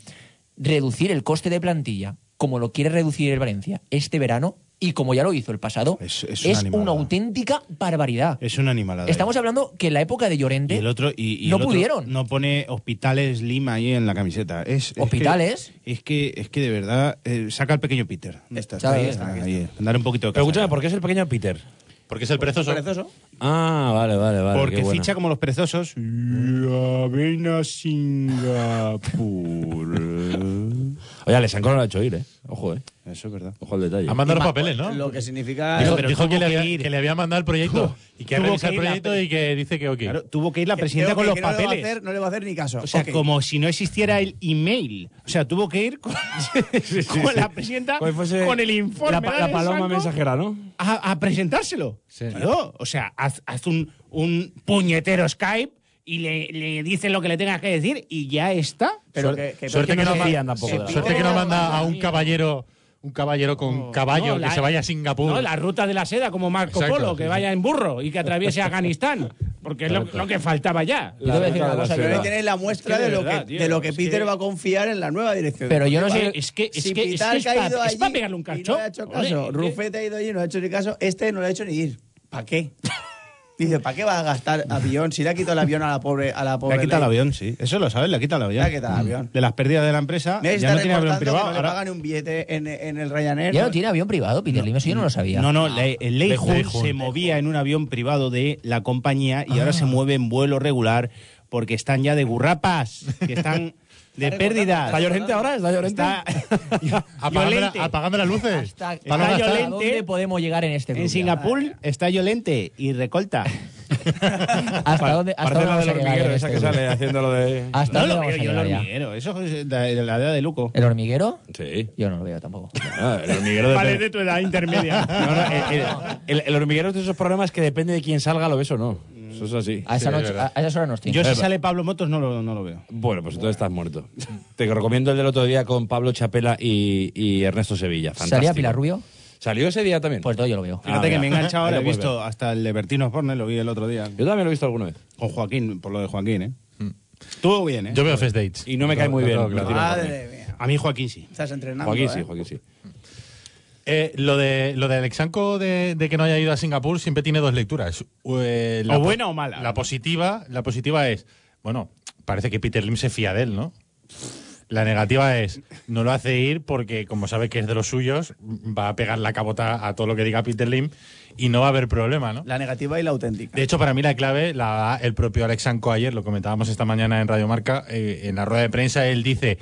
reducir el coste de plantilla, como lo quiere reducir el Valencia este verano y como ya lo hizo el pasado, Es- es, es una una, animalada. auténtica barbaridad. Es una animalada. Estamos hablando que en la época de Llorente Y el otro. Y, y no el otro pudieron. No pone Hospitales Lima ahí en la camiseta. Es, es que- Hospitales. Es que, es que, de verdad. eh, saca al pequeño Peter. ¿Dónde estás? Está ahí, Ahí, está, ahí. Andar un poquito de Pero escúchame, casaca. ¿por qué es el pequeño Peter? Porque es el perezoso. Ah, vale, vale, vale. Porque qué buena. ficha como los perezosos. La avena Singapur. (laughs) Oye, les han lo ha hecho ir, ¿eh? Ojo, ¿eh? Eso es verdad. Ojo al detalle. Ha mandado los Ma- papeles, Ah, ¿no? pues Lo que significa. Dijo, pero dijo tuvo que, le que había, ir. que le había mandado el proyecto y que ha tuvo revisado que el ir la proyecto pe- y que dice que ok. Claro, tuvo que ir la que- presidenta creo con que los no le va a papeles. hacer- no le va a hacer ni caso. O sea, Ok. como si no existiera el email. O sea, tuvo que (laughs) ir con, con la presidenta, Como si Pues fuese con el informe. La, pa- la del paloma Sanco, mensajera, ¿no? A, a presentárselo. Claro, o sea, haz, haz un, un puñetero Skype y le, le dices lo que le tengas que decir y ya está. Pero Suerte- que- que- Suerte que que, no no se ma- fían tampoco de la- suerte que no manda a un caballero, un caballero con caballo No, la- que se vaya a Singapur. No, la ruta de la seda, como Marco Exacto, Polo, que sí, vaya en burro y que atraviese Afganistán. Porque es lo, lo que faltaba ya. Yo te voy a decir una cosa, Pero ahí yo- tenéis la muestra Es que de de, lo verdad, que, tío, de lo que es que- Peter va a confiar en la nueva dirección. Pero yo no Eh, sé. Es que es Si que es, que Pitar es que ha para- ido es para allí pegarle un y cacho. No le ha hecho Joder, caso. es que- Rufete ha ido allí y no le ha hecho ni caso. Este no le ha hecho ni ir. ¿Para (laughs) qué? Dice, ¿para qué va a gastar avión? Si le ha quitado el avión a la pobre. A la Le pobre ha quitado el Ley. avión, sí. Eso lo sabes, le ha quitado el avión. Le ha quitado el avión. De las pérdidas de la empresa, Me ya está no tiene avión reportando que privado. no le ahora- pagan un billete en, en el Ryanair. ¿Ya no tiene avión privado, Peter Lim? Eso yo no lo sabía. No, no, le- el Leijun Leijun. se movía en un avión privado de la compañía y ahora se mueve en vuelo regular porque están ya de gurrapas, (laughs) que están de pérdidas. ¿Está Llorente ahora? ¿Está Llorente? Está- (laughs) apagando, la- Yolente. apagando las luces. Hasta- Está ¿Hasta Llorente. dónde podemos llegar en este En grupo? Singapur está Yolente y Recolta. ¿Hasta dónde, hasta Parece dónde la vamos del a llegar? en hormiguero, esa este que grupo? sale haciendo lo de. ¿Hasta No dónde lo ¿eh? vamos a veo yo el llegar ya? hormiguero, eso es la, la edad de Luco. ¿El hormiguero? Sí. Yo no lo veo (laughs) tampoco. eh, Ah, el hormiguero de. tu edad (laughs) intermedia. No, no, el, el- el hormiguero es de esos programas que depende de quién salga, lo ves o no. Eso es así. A, esa noche- a- a esas horas no estoy. Yo si sale Pablo Motos no lo, no lo veo. Bueno, pues entonces estás muerto. Te recomiendo el del otro día con Pablo Chapela y, y Ernesto Sevilla. Fantástico. ¿Salía Pilar Rubio? ¿Salió ese día también? Pues todo yo lo veo. Fíjate que mira. me engancha ahora, Ahí he lo puedes visto hasta el de Bertino Osborne, lo vi el otro día. Yo también lo he visto alguna vez. Con Joaquín, por lo de Joaquín, ¿eh? Estuvo bien, ¿eh? Yo veo Fest Dates. Y no me cae muy bien. Claro, claro. Bertino Madre mía. A mí Joaquín sí. Estás entrenando. Joaquín ¿eh? sí, Joaquín sí. Eh, lo de lo de Alexanco de, de que no haya ido a Singapur siempre tiene dos lecturas. Eh, O po- buena o mala. La positiva, la positiva es, bueno, parece que Peter Lim se fía de él, ¿no? La negativa es, no lo hace ir porque, como sabe que es de los suyos, va a pegar la cabota a todo lo que diga Peter Lim y no va a haber problema, ¿no? La negativa y la auténtica. De hecho, para mí la clave la da el propio Alexanco ayer, lo comentábamos esta mañana en Radio Marca, eh, en la rueda de prensa, él dice,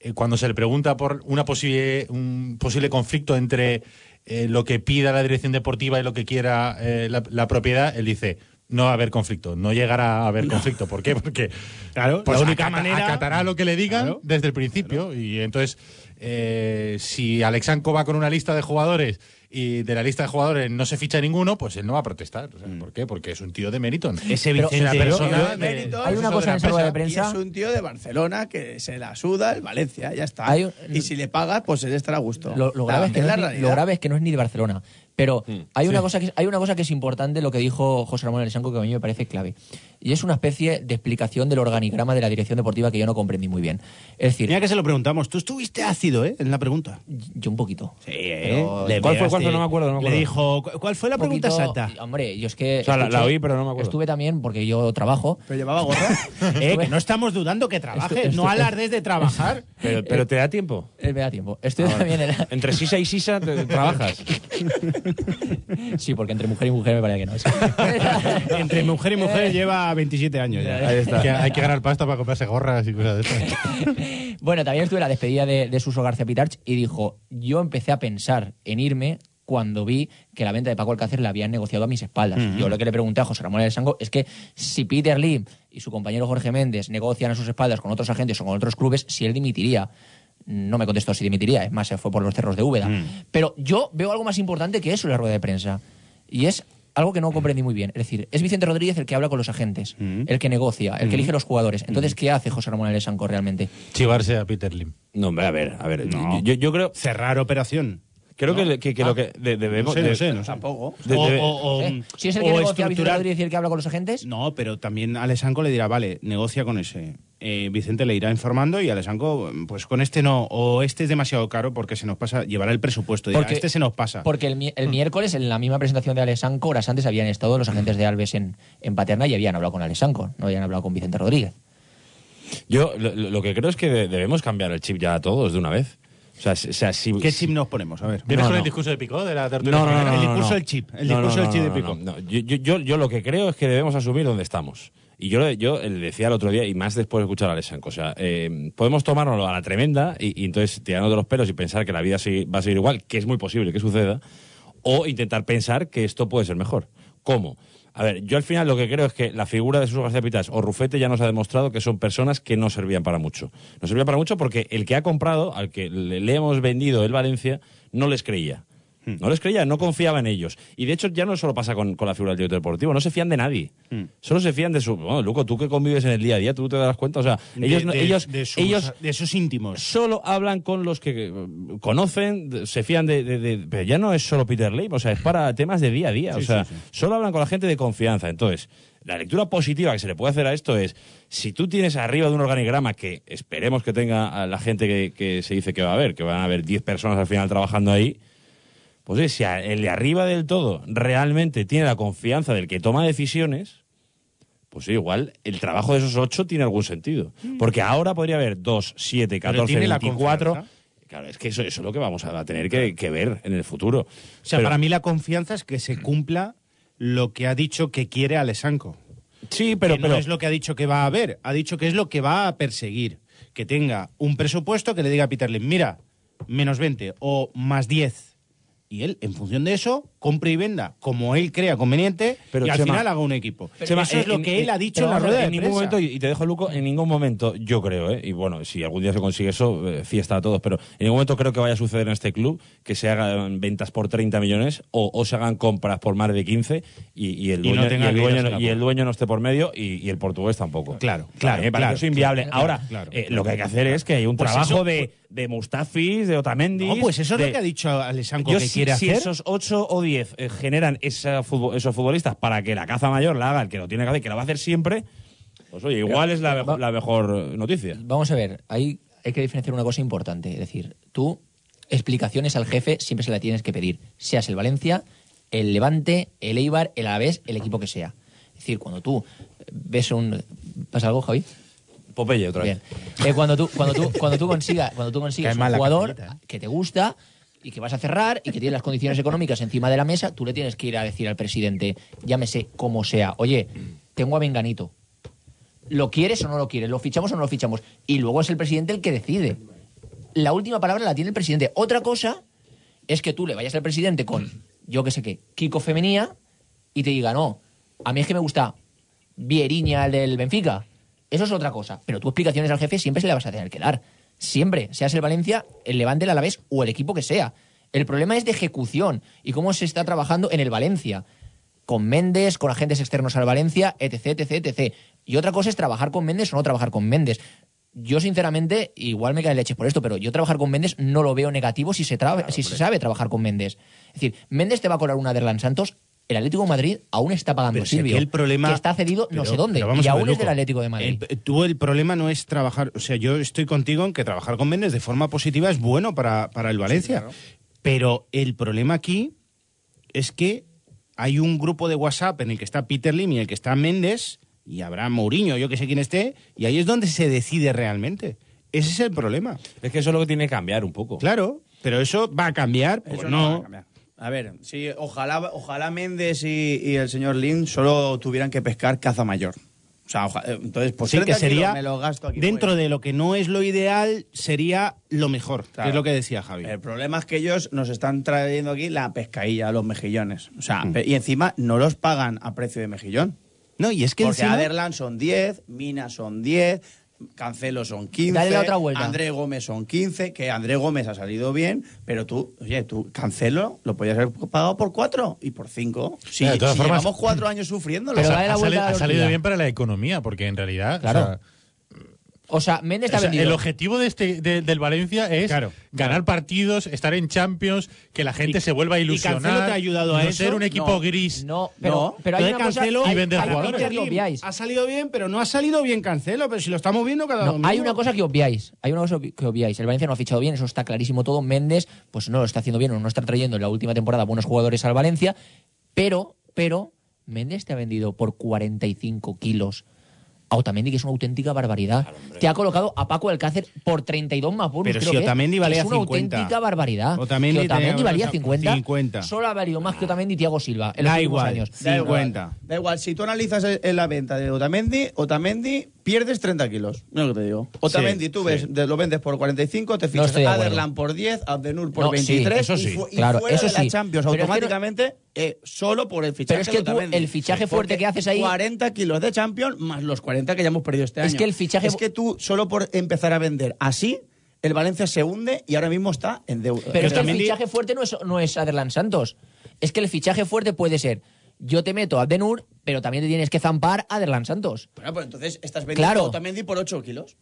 eh, cuando se le pregunta por una posible, un posible conflicto entre eh, lo que pida la dirección deportiva y lo que quiera eh, la, la propiedad, él dice, no va a haber conflicto, no llegará a haber conflicto. ¿Por qué? Porque Claro, pues la única acata- manera- acatará lo que le digan Claro. desde el principio. Y entonces, eh, si Alexanco va con una lista de jugadores y de la lista de jugadores no se ficha ninguno, pues él no va a protestar. O sea, ¿Por qué? Porque es un tío de mérito. ¿no? Ese Pero- Vicente Una yo- persona yo- de- mérito, Hay una eso cosa en de esa la rueda de prensa. prensa. Y es un tío de Barcelona que se la suda el Valencia, ya está. Hay un- Y si le pagas, pues él estará a gusto. Lo, lo grave es que Es no la es ni, realidad. lo grave es que no es ni de Barcelona. Mm, Pero hay, una cosa que, es- hay una cosa que es importante, lo que dijo José Ramón Alexanco, que a mí me parece clave. y es una especie de explicación del organigrama de la dirección deportiva que yo no comprendí muy bien. Es decir, Mira que se lo preguntamos. Tú estuviste ácido, ¿eh? En la pregunta. yo un poquito. Sí, Pero- Le ¿Cuál fue, pegaste. cuál fue? No me acuerdo, no me acuerdo. Le dijo, "¿Cu- ¿cuál fue la pregunta poquito- exacta? Hombre, yo es que. O sea, la- la oí, pero no me acuerdo. Estuve también, porque yo trabajo. ¿Pero llevaba gorra? (laughs) Eh, que no estamos dudando que trabajes. esto- No alardes de trabajar. Pero, pero te da tiempo. Eh, me da tiempo. Estuve también en. Ah, Entre sisa y sisa te- trabajas. (laughs) Sí, porque entre mujer y mujer me parece que no es. (laughs) (laughs) Entre mujer y (laughs) mujer lleva 27 años ya. Ahí está. Que hay que ganar pasta para comprarse gorras y cosas de esas. Bueno, también estuve en la despedida de, de Suso García Pitarch y dijo, yo empecé a pensar en irme cuando vi que la venta de Paco Alcácer la habían negociado a mis espaldas. Yo lo que le pregunté a José Ramón del Sango es que si Peter Lee y su compañero Jorge Méndez negocian a sus espaldas con otros agentes o con otros clubes, si él dimitiría. No me contestó si dimitiría, es más, se fue por los cerros de Úbeda. Pero yo veo algo más importante que eso en la rueda de prensa. Y es algo que no comprendí muy bien. Es decir, es Vicente Rodríguez el que habla con los agentes, el que negocia, el que elige los jugadores. Entonces, ¿qué hace José Ramón del Sango realmente? Chivarse a Peter Lim. No, hombre, a ver, a ver. No. Yo, yo creo, Cerrar operación. creo que, que, que lo que de- No debemos. sé, no de- sé, no sé. Tampoco. de- O- de- o- o- ¿Eh? Si es el que o negocia Vicente estructurar- Rodríguez y el que habla con los agentes, No, pero también Alessanco le dirá, vale, negocia con ese. Eh, Vicente le irá informando y Alessanco, pues con este no, o este es demasiado caro porque se nos pasa, llevará el presupuesto, dirá, Porque- Mm. este se nos pasa. porque el, mi- el miércoles en la misma presentación de Alessanco, horas antes habían estado los agentes de Alves en, en Paterna y habían hablado con Alessanco, no habían hablado con Vicente Rodríguez. yo lo, lo que creo es que de- debemos cambiar el chip ya a todos de una vez. O sea, si- o sea, si, ¿Qué si- chip nos ponemos? A ver. ¿Vienes No, con no. el discurso de Picó de la tertulia? No, no, no, El no, no, discurso no. del chip, el No, no, discurso del no, chip no, de no, Pico. no. Yo, yo- yo- yo lo que creo es que debemos asumir dónde estamos. Y yo, yo le decía el otro día, y más después de escuchar a Alessanco, o sea, eh, podemos tomárnoslo a la tremenda y, y entonces tirarnos de los pelos y pensar que la vida sigue- va a seguir igual, que es muy posible que suceda, o intentar pensar que esto puede ser mejor. ¿Cómo? A ver, yo al final lo que creo es que la figura de Suso García Pitas o Rufete ya nos ha demostrado que son personas que no servían para mucho. No servían para mucho porque el que ha comprado, al que le, le hemos vendido el Valencia, no les creía. Hmm. No les creía, no confiaba en ellos. Y de hecho ya no solo pasa con, con la figura del director deportivo, no se fían de nadie. Hmm. Solo se fían de su... Bueno, Luco, tú que convives en el día a día, tú te das cuenta. O sea, De- ellos... no- de- ellos, de sus- ellos de sus íntimos. solo hablan con los que eh, conocen, de- se fían de, de- de- Pero ya no es solo Peter Lim, o sea, es para temas de día a día. o sea, solo hablan con la gente de confianza. Entonces, la lectura positiva que se le puede hacer a esto es, si tú tienes arriba de un organigrama que esperemos que tenga a la gente que, que se dice que va a haber, que van a haber 10 personas al final trabajando ahí, pues oye, si a- el de arriba del todo realmente tiene la confianza del que toma decisiones, pues sí, igual el trabajo de esos ocho tiene algún sentido. Porque ahora podría haber dos, siete, Pero 14, tiene la 24. confianza. Claro, es que eso, eso es lo que vamos a tener que, que ver en el futuro. O sea, para mí la confianza es que se cumpla lo que ha dicho que quiere Alessanco. Sí, pero. que no pero es lo que ha dicho que va a haber, ha dicho que es lo que va a perseguir. Que tenga un presupuesto que le diga a Peter Lim, mira, menos 20 o más 10. Y él, en función de eso, compre y venda como él crea conveniente Pero, y al Chema, final haga un equipo. Chema, eso es eh, en- lo que en- él ha dicho pero en la vamos a ver, rueda de en ningún prensa. momento, y y te dejo, Luco, en ningún momento, yo creo, ¿eh? y bueno, si algún día se consigue eso, eh, fiesta a todos, pero en ningún momento creo que vaya a suceder en este club que se hagan ventas por 30 millones o, o se hagan compras por más de 15 y, y el, Y no dueño, tenga y el que ir a dueño hacer no- la y el compra. dueño no esté por medio y, y el portugués tampoco. Claro, claro, A mí Me parece claro, que eso inviable. claro, Ahora, claro, eh, claro, lo que hay que hacer es que hay un Pues trabajo eso- de, de Mustafis, de Otamendi. No, pues eso es de- lo que ha dicho Alessanco yo que si, quiere si hacer. esos 8 o 10 eh, generan esa futbo- esos futbolistas para que la caza mayor la haga el que lo tiene que hacer, que la va a hacer siempre, pues oye, igual es la, mejo- va- la mejor eh, noticia. Vamos a ver, ahí hay que diferenciar una cosa importante. Es decir, tú explicaciones al jefe siempre se la tienes que pedir. Seas el Valencia, el Levante, el Eibar, el Alavés, el equipo que sea. Es decir, cuando tú ves un... ¿Pasa algo, Javi? Popeye otra Bien. vez. Eh, cuando tú, cuando tú, cuando tú consigas, cuando tú consigas (laughs) Cae un mal la jugador camarita, que te gusta y que vas a cerrar y que tiene las condiciones económicas encima de la mesa, tú le tienes que ir a decir al presidente, llámese como sea, oye, tengo a Venganito. ¿Lo quieres o no lo quieres? ¿Lo fichamos o no lo fichamos? Y luego es el presidente el que decide. La última palabra la tiene el presidente. Otra cosa es que tú le vayas al presidente con, yo qué sé qué, Kiko Femenía y te diga, no, a mí es que me gusta Vieriña, el del Benfica. Eso es otra cosa. Pero tú explicaciones al jefe siempre se le vas a tener que dar. Siempre, seas el Valencia, el Levante, el Alavés o el equipo que sea. El problema es de ejecución y cómo se está trabajando en el Valencia. Con Méndez, con agentes externos al Valencia, etc, etc, etc. Y otra cosa es trabajar con Méndez o no trabajar con Méndez. Yo, sinceramente, igual me caen leches por esto, pero yo trabajar con Méndez no lo veo negativo si se, tra- si se sabe trabajar con Méndez. Es decir, Méndez te va a colar una de Erlan Santos el Atlético de Madrid aún está pagando Pero a si Silvio. aquí el problema- Que está cedido no Pero- sé dónde. pero vamos Y a ver, aún es Luco, del Atlético de Madrid. el- tú el problema no es trabajar, o sea, yo estoy contigo en que trabajar con Méndez de forma positiva es bueno para, para el Valencia. Pero el problema aquí es que hay un grupo de WhatsApp en el que está Peter Lim y en el que está Méndez y habrá Mourinho, yo que sé quién esté, y ahí es donde se decide realmente. Ese es el problema. Es que eso es lo que tiene que cambiar un poco. Claro, pero eso va a cambiar, Eso pues no va no. a cambiar. A ver, sí, ojalá, ojalá Méndez y, y el señor Lin solo tuvieran que pescar caza mayor. O sea, oja- eh, entonces, pues sí, ser que sería me lo gasto aquí pues. dentro fuera. de lo que no es lo ideal sería lo mejor, que Claro. es lo que decía Javi. El problema es que ellos nos están trayendo aquí la pescadilla, los mejillones. O Mm. sea, pe- y encima no los pagan a precio de mejillón. no, y es que Porque encima- Aderlan son 10, Mina son 10, Cancelo son 15. Dale la otra vuelta. André Gómez son 15, que André Gómez ha salido bien, pero tú, oye, tú Cancelo lo podías haber pagado por 4 y por 5. Si, Eh, de todas si formas- llevamos 4 años sufriéndolo. Pero O sea, dale la ha, vuelta sali- a la ha salido tortilla. bien para la economía, porque en realidad. o Claro. sea, O sea, Méndez está O sea, vendido. el objetivo de este, de- del Valencia es Claro. ganar partidos, estar en Champions, que la gente Y- se vuelva a y ilusionar. Cancelo te ha ayudado a no eso. ser un equipo No, gris. No, pero, No, pero hay Lo de una cosa- Cancelo hay- y vender hay una jugadores. cosa que obviáis. Ha salido bien, pero no ha salido bien Cancelo, pero si lo estamos viendo cada No, domingo. hay una cosa que obviáis. Hay una cosa que obviáis. El Valencia no ha fichado bien, eso está clarísimo todo. Méndez, pues no lo está haciendo bien, o no está trayendo en la última temporada buenos jugadores al Valencia. Pero, pero, Méndez te ha vendido por 45 kilos a Otamendi, que es una auténtica barbaridad. te ha colocado a Paco Alcácer por 32 más bonus. Pero creo si que es, Otamendi que valía es una 50. auténtica barbaridad. Otamendi que Otamendi tenía- valía 50, 50. Solo ha valido más que Otamendi y Thiago Silva en los Da últimos igual. años. Da igual, 50. Da igual, si tú analizas el- el- la venta de Otamendi, Otamendi pierdes 30 kilos. Mira lo que te digo. Otamendi tú ves, de- lo vendes por 45, te fichas estoy de acuerdo. Aderlan por 10, Abdenur por No, sí, 23 eso sí, y, fu- y claro, fuera eso de la sí. Champions Pero es que no- automáticamente eh, solo por el fichaje Pero es que de tú, Otamendi. el fichaje Sí, fuerte porque que haces ahí- 40 kilos de Champions más los 40 que ya hemos perdido este Es año. que el fichaje- Es que tú solo por empezar a vender así, el Valencia se hunde y ahora mismo está en deuda. Pero es que el Otamendi- fichaje fuerte no es, no es Aderlan Santos. Es que el fichaje fuerte puede ser, yo te meto a Abdenur, pero también te tienes que zampar a Aderlan Santos. Bueno, pues entonces estás vendiendo Claro. a Otamendi por 8 kilos.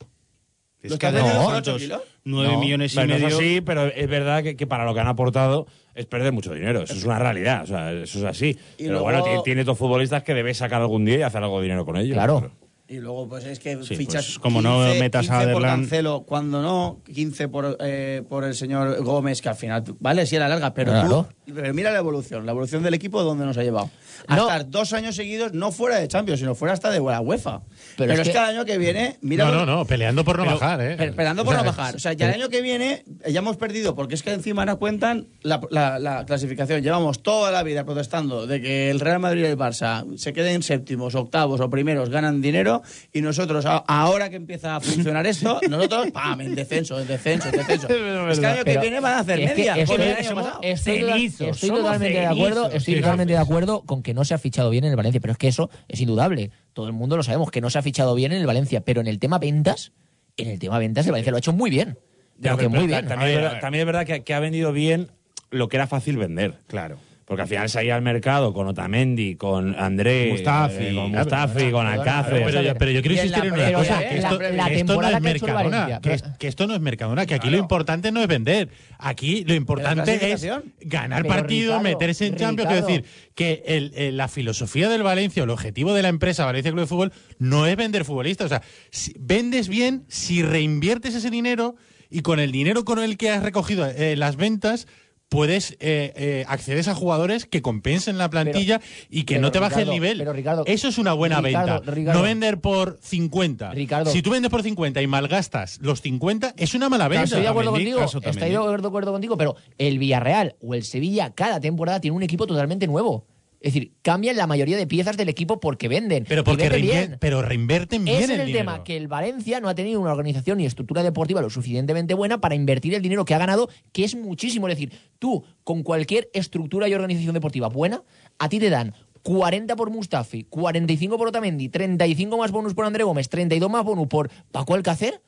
Es ¿Lo que estás vendiendo no. por 8 kilos? 9 millones y pero no medio. es así, pero es verdad que, que para lo que han aportado es perder mucho dinero. Eso es una realidad, o sea, eso es así. Y pero luego- bueno, tiene, tiene dos futbolistas que debes sacar algún día y hacer algo de dinero con ellos. Claro. Y luego, pues es que Sí, fichas. pues, como no metas a 15 por Aderlan- Cancelo, cuando no, 15 por, eh, por el señor Gómez, que al final, vale, sí era larga, pero Claro. tú. Pero mira la evolución, la evolución del equipo, donde nos ha llevado. A No. estar dos años seguidos, no fuera de Champions, sino fuera hasta de la UEFA. Pero Pero, es es, que- que el año que viene, mira. no, lo- no, no, peleando por no pero- bajar, ¿eh? pero Esperando por O no sea, bajar. O sea, ya el año que viene eh, ya hemos perdido, porque es que encima ahora cuentan la, la- la clasificación. Llevamos toda la vida protestando de que el Real Madrid y el Barça se queden séptimos, octavos o primeros, ganan dinero, y nosotros, a- ahora que empieza a funcionar (laughs) esto, nosotros, ¡pam! En descenso, en descenso, en descenso. es que el año que Pero viene van a hacer es que- media. es que como el mira, año somos- pasado. Estoy, total- estoy somos totalmente de cenizos. acuerdo, estoy Sí, totalmente de acuerdo con que no se ha fichado bien en el Valencia, pero es que eso es indudable. Todo el mundo lo sabemos que no se ha fichado bien en el Valencia, pero en el tema ventas, en el tema ventas el Valencia lo ha hecho muy bien. Ya, Pero que pero- pero muy ta- bien. También, es verdad, también es verdad que, que ha vendido bien lo que era fácil vender. Claro. Porque al final salía al mercado con Otamendi, con André, Mustafi. eh, con Mustafi, con Alcácer. Pero, yo- pero yo quiero Y en insistir la en una previa, cosa, ¿eh? que La esto, previa. que La esto no temporada es que ha hecho el Mercadona, Valencia. que, es- que esto no es Mercadona, que aquí lo importante no es vender, aquí lo importante es clasificación. ganar Pero, partidos, Ricardo, meterse en Champions, quiero Ricardo. decir, que el- el- la filosofía del Valencia, el objetivo de la empresa Valencia Club de Fútbol, no es vender futbolistas, o sea, si- vendes bien si reinviertes ese dinero y con el dinero con el que has recogido eh, las ventas puedes eh, eh, accedes a jugadores que compensen la plantilla y que pero, no te baje el Ricardo, nivel. pero, Ricardo, Eso es una buena Ricardo, venta. Ricardo. no vender por 50. Ricardo. Si tú vendes por 50 y malgastas los 50, es una mala venta. Estoy de acuerdo Otamendi, contigo, caso estoy de Otamendi. acuerdo, de acuerdo contigo, pero el Villarreal o el Sevilla cada temporada tiene un equipo totalmente nuevo. Es decir, cambian la mayoría de piezas del equipo porque venden. Pero y porque venden reinvier- bien. pero reinvierten bien Ese es el, dinero. tema, que el Valencia no ha tenido una organización y estructura deportiva lo suficientemente buena para invertir el dinero que ha ganado, que es muchísimo. Es decir, tú, con cualquier estructura y organización deportiva buena, a ti te dan 40 por Mustafi, 45 por Otamendi, 35 más bonus por André Gómez, 32 más bonus por Paco Alcácer.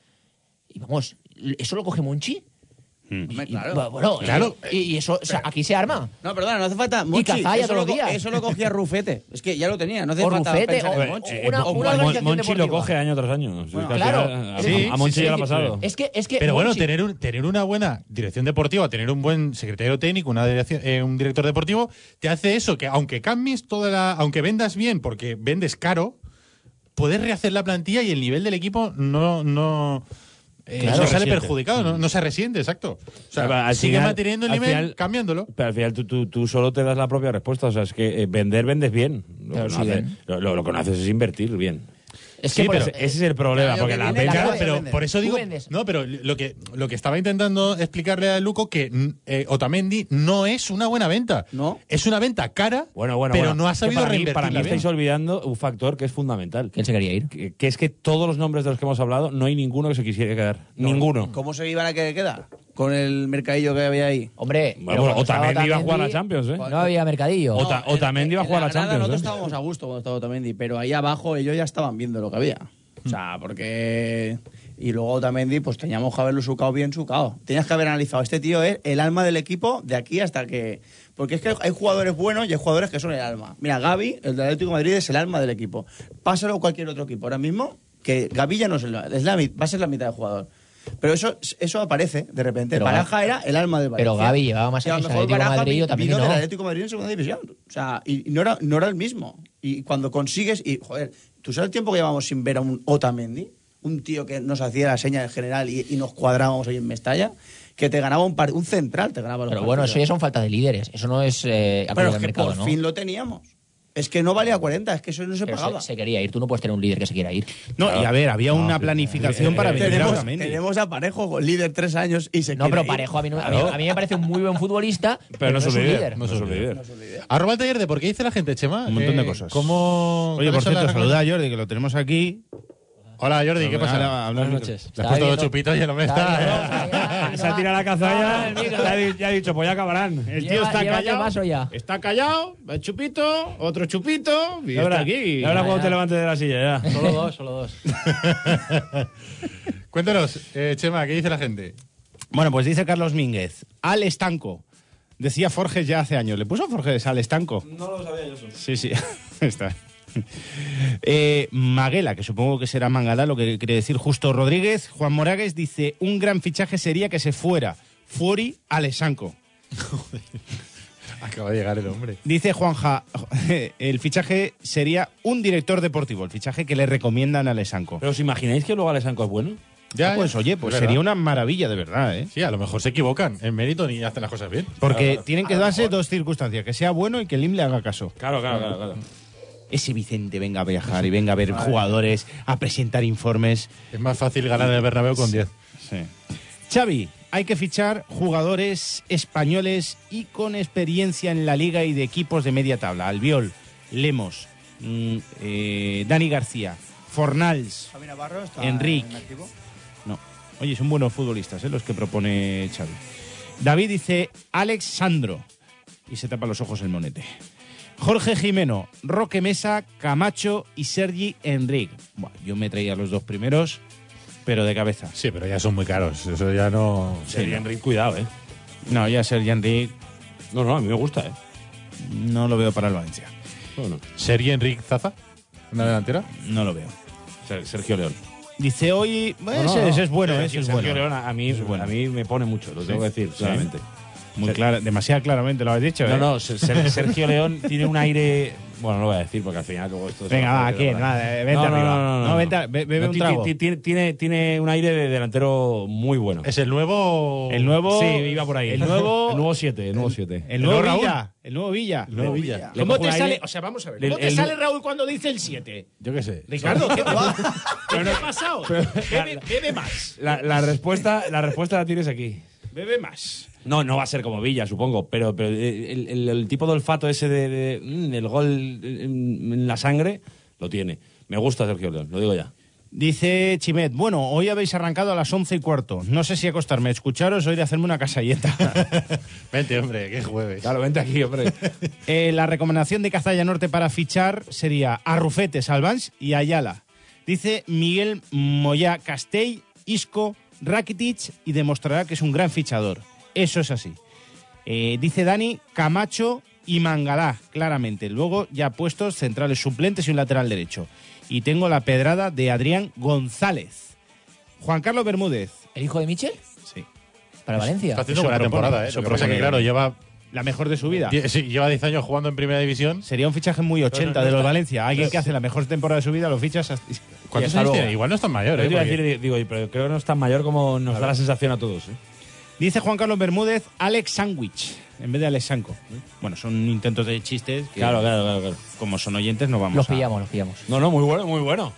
Y vamos, ¿eso lo coge Monchi? Hombre, Y- claro. bueno, Claro. Y, y eso, o sea, aquí se arma. No, perdona, no hace falta Monchi. cazalla eso, lo todos los co- días. eso lo cogía Rufete. Es que ya lo tenía, no hace O falta Rufete, pensar en o- Monchi. Monchi. Eh, una- Mon- una Mon- organización Monchi lo deportiva. coge año tras año. Es que al claro. final, a, Sí, a Monchi sí, ya sí, le ha pasado. Es que, es que Pero bueno, Monchi- tener, un- tener una buena dirección deportiva, tener un buen secretario técnico, una dirección- eh, un director deportivo, te hace eso, que aunque cambies toda la. aunque vendas bien, porque vendes caro, puedes rehacer la plantilla y el nivel del equipo no. no eh, Claro, no se sale resiente. perjudicado, no, no se resiente, exacto. O sea, Al sigue final- manteniendo el al nivel, final- cambiándolo. Pero al final tú, tú, tú solo te das la propia respuesta. O sea, es que eh, vender, vendes bien. Lo, Claro, que sí, no haces- bien. lo- lo- lo que no haces es invertir bien. es que Sí, por pero eso- ese es el problema. Claro, Porque que la viene venta- la- Claro, puedes pero vender. por eso Tú digo. vendes. No, pero lo que, lo que estaba intentando explicarle a Luco que mm, eh, Otamendi no es una buena venta. No. Es una venta cara, Bueno, bueno, pero bueno. no ha Que sabido para mí- reinvertirla Para mí bien. estáis olvidando un factor que es fundamental. que él se quería ir. Que, que es que todos los nombres de los que hemos hablado, no hay ninguno que se quisiera quedar. Ninguno. ¿Cómo se iban a que- quedar? Con el mercadillo que había ahí. Hombre, Bueno, pero cuando o también estaba iba a jugar a Otamendi, Champions, ¿eh? No había mercadillo. O ta- en- Otamendi iba a en jugar la a Granada Champions, Nosotros ¿eh? estábamos a gusto cuando estaba Otamendi, pero ahí abajo ellos ya estaban viendo lo que había. O Hmm. sea, porque. Y luego Otamendi, pues teníamos que haberlo sucado bien sucado. Tenías que haber analizado. Este tío es el alma del equipo de aquí hasta que. Porque es que hay jugadores buenos y hay jugadores que son el alma. Mira, Gaby, el del Atlético de Madrid, es el alma del equipo. Pásalo a cualquier otro equipo. Ahora mismo, que Gaby ya no es, el, es la mi- va a ser la mitad de jugador. Pero eso, eso aparece de repente. Pero Baraja era el alma del Valencia. pero Gaby llevaba más Y a lo años en mejor Atlético de Baraja Madrid, vi- yo también vino no. del Atlético de Madrid en segunda división. O sea, y, y no, era, no era el mismo. Y cuando consigues, y joder, ¿tú sabes el tiempo que llevamos sin ver a un Otamendi? Un tío que nos hacía la seña del general y, y nos cuadrábamos ahí en Mestalla, que te ganaba un, par- un central, te ganaba los Pero bueno, eso ya partidos. son falta de líderes. Eso no es eh, acuerdo Pero de es que mercado, por ¿no? fin lo teníamos. Es que no valía 40, es que eso no se Pero pagaba. se, se quería ir. Tú no puedes tener un líder que se quiera ir. No, y a ver, había No, una sí. planificación Eh, para eh, vender a Tenemos, Otamendi. tenemos a Parejo, líder tres años y se No, quiere pero ir. Parejo a mí, no- a mí- Claro. a mí me parece un muy buen futbolista, pero, Pero no es es un líder. líder. No es un líder. Arroba el taller de por qué dice la gente, Chema. Un montón de Eh, cosas. ¿Cómo.? Oye, cuáles por son cierto, las (laughs) saluda a Jordi, que lo tenemos aquí. recomendaciones? Hola, Jordi, ¿qué pasa? Habla- habla al Buenas micro. noches. Le has Estaba puesto viendo- dos chupitos y ya no me Estaba está. eh. viendo- Ah, Se ha tirado la Ah, cazalla. el micro. Ya, ha di- ya ha dicho, pues ya acabarán. El tío Lleva- está llévate callado. el vaso ya. Está callado, va chupito, otro chupito, y está Ya verás- aquí. ya verás Ya, cuando ya. te levantes de la silla, ya. Solo dos, solo dos. Cuéntanos, eh, Chema, ¿qué dice la gente? Bueno, pues dice Carlos Mínguez, al estanco. Decía Forges ya hace años. ¿Le puso Forges al estanco? No lo sabía yo Sí, (laughs) sí, está. Eh, Maguela, que supongo que será Mangala, lo que quiere decir Justo Rodríguez. Juan Moragues dice, un gran fichaje sería que se fuera Fuori al estanco. Acaba de llegar el hombre. Dice Juanja, (laughs) el fichaje sería un director deportivo, el fichaje que le recomiendan al estanco. ¿Pero os imagináis que luego Alessanco es bueno? Ya, pues ya. oye, pues Es sería verdad. una maravilla de verdad, ¿eh? Sí, a lo mejor se equivocan en mérito ni hacen las cosas bien. Porque tienen que darse dos circunstancias, que sea bueno y que Lim le haga caso. Claro, claro, claro. claro. Ese Vicente venga a viajar y venga a ver jugadores, a presentar informes. Es más fácil ganar el Bernabéu con 10. Xavi, hay que fichar jugadores españoles y con experiencia en la liga y de equipos de media tabla. Albiol, Lemos, mm, eh, Dani García, Fornals. Javi Navarro está Eh, Enrique. en activo. No. Oye, son buenos futbolistas ¿eh? los que propone Xavi. David dice Alex Sandro y se tapa los ojos el monete. Jorge Jimeno, Roque Mesa, Camacho y Sergi Enrique. Buah, yo me traía los dos primeros, pero de cabeza. Sí, pero ya son muy caros. Eso ya no. Sería Enrique, cuidado, ¿eh? No, ya Sergi Enrique No, no, a mí me gusta, ¿eh? no lo veo para el Valencia. Bueno, ¿Sería Enrique Zaza? ¿Una delantera? No lo veo. Ser- Sergio León. Dice hoy. eh, No, no, ese, no. ese es bueno, eh, ese Sergio- es Sergio bueno. León a mí, a mí me pone mucho, lo tengo que decir, claramente. Muy clara, demasiado claramente lo has dicho. No, ¿eh? no, Ser- Ser- Sergio León tiene un aire. Bueno, no lo voy a decir porque al final luego esto. se Venga, va, a ¿quién? Va, eh, vente arriba. No, vente a- be- bebe un ti- trago. ti- Tiene, tiene, tiene un aire de delantero muy bueno. ¿Es el nuevo. El nuevo. Sí, iba por ahí. El nuevo. El nuevo 7, el nuevo 7. El nuevo El nuevo Villa. El nuevo Villa. nuevo Villa. Le cojo un aire- sea, vamos a ver. el- el- Raúl cuando dice el (laughs) 7? Yo qué sé. Ricardo, ¿qué te, ¿qué te ha pasado? Bebe, bebe más. La, la respuesta, la respuesta la tienes aquí. Bebe más. No, no va a ser como Villa, supongo, pero, pero eh, el, el- el tipo de olfato ese de, de, mm, el gol eh, en en la sangre lo tiene. Me gusta Sergio León, lo digo ya. Dice Chimet, bueno, hoy habéis arrancado a las 11 y cuarto. No sé si acostarme, escucharos o ir a hacerme una (laughs) casalleta. Vente, hombre, que jueves. Claro, vente aquí, (laughs) hombre. Eh, la recomendación de Cazalla Norte para fichar sería Arrufete, Salvans y Ayala. Dice Miguel Moyá Castell, Isco, Rakitic y demostrará que es un gran fichador. Eso es así. Eh, dice Dani, Camacho y Mangalá, claramente. Luego ya puestos centrales suplentes y un lateral derecho. Y tengo la pedrada de Adrián González. Juan Carlos Bermúdez. ¿El hijo de Michel? Sí. Para Valencia. Está haciendo Eso buena propone, temporada, ¿eh? eso Lo que pasa es que, propone. claro, lleva, La mejor de su vida. die- sí, lleva 10 años jugando en primera división. Sería un fichaje muy 80 no de los está- Valencia. Alguien que hace la mejor temporada de su vida lo fichas. hasta- ¿Cuántos y hasta años luego. tiene? Igual no es tan mayor, Pero ¿eh? yo te iba a Porque- decir, digo, pero creo que no es tan mayor como nos da la sensación a todos. ¿eh? Dice Juan Carlos Bermúdez, Alex Sandwich, en vez de Alex Sanco. Bueno, son intentos de chistes que, Claro, claro, claro, claro. como son oyentes, no vamos Los a- pillamos, los pillamos. No, no, muy bueno, muy bueno.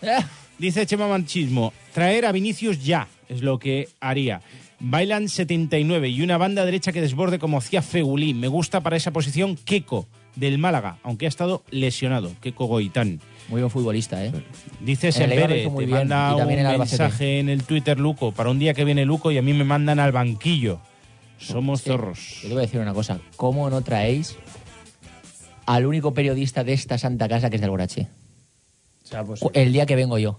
Dice Chema Manchismo, traer a Vinicius ya es lo que haría. Bailan 79 y una banda derecha que desborde como hacía Fegulín. Me gusta para esa posición Keco, del Málaga, aunque ha estado lesionado. Keco Goitán. Muy buen futbolista, ¿eh? Dice En el Eibar lo Sempere, hizo muy te bien, manda y un también en Albacete. mensaje en el Twitter Luco, para un día que viene Luco y a mí me mandan al banquillo. Somos Sí. zorros. Yo te voy a decir una cosa. ¿Cómo no traéis al único periodista de esta santa casa que es de Alborache? O sea, pues, Cu- El día que vengo yo.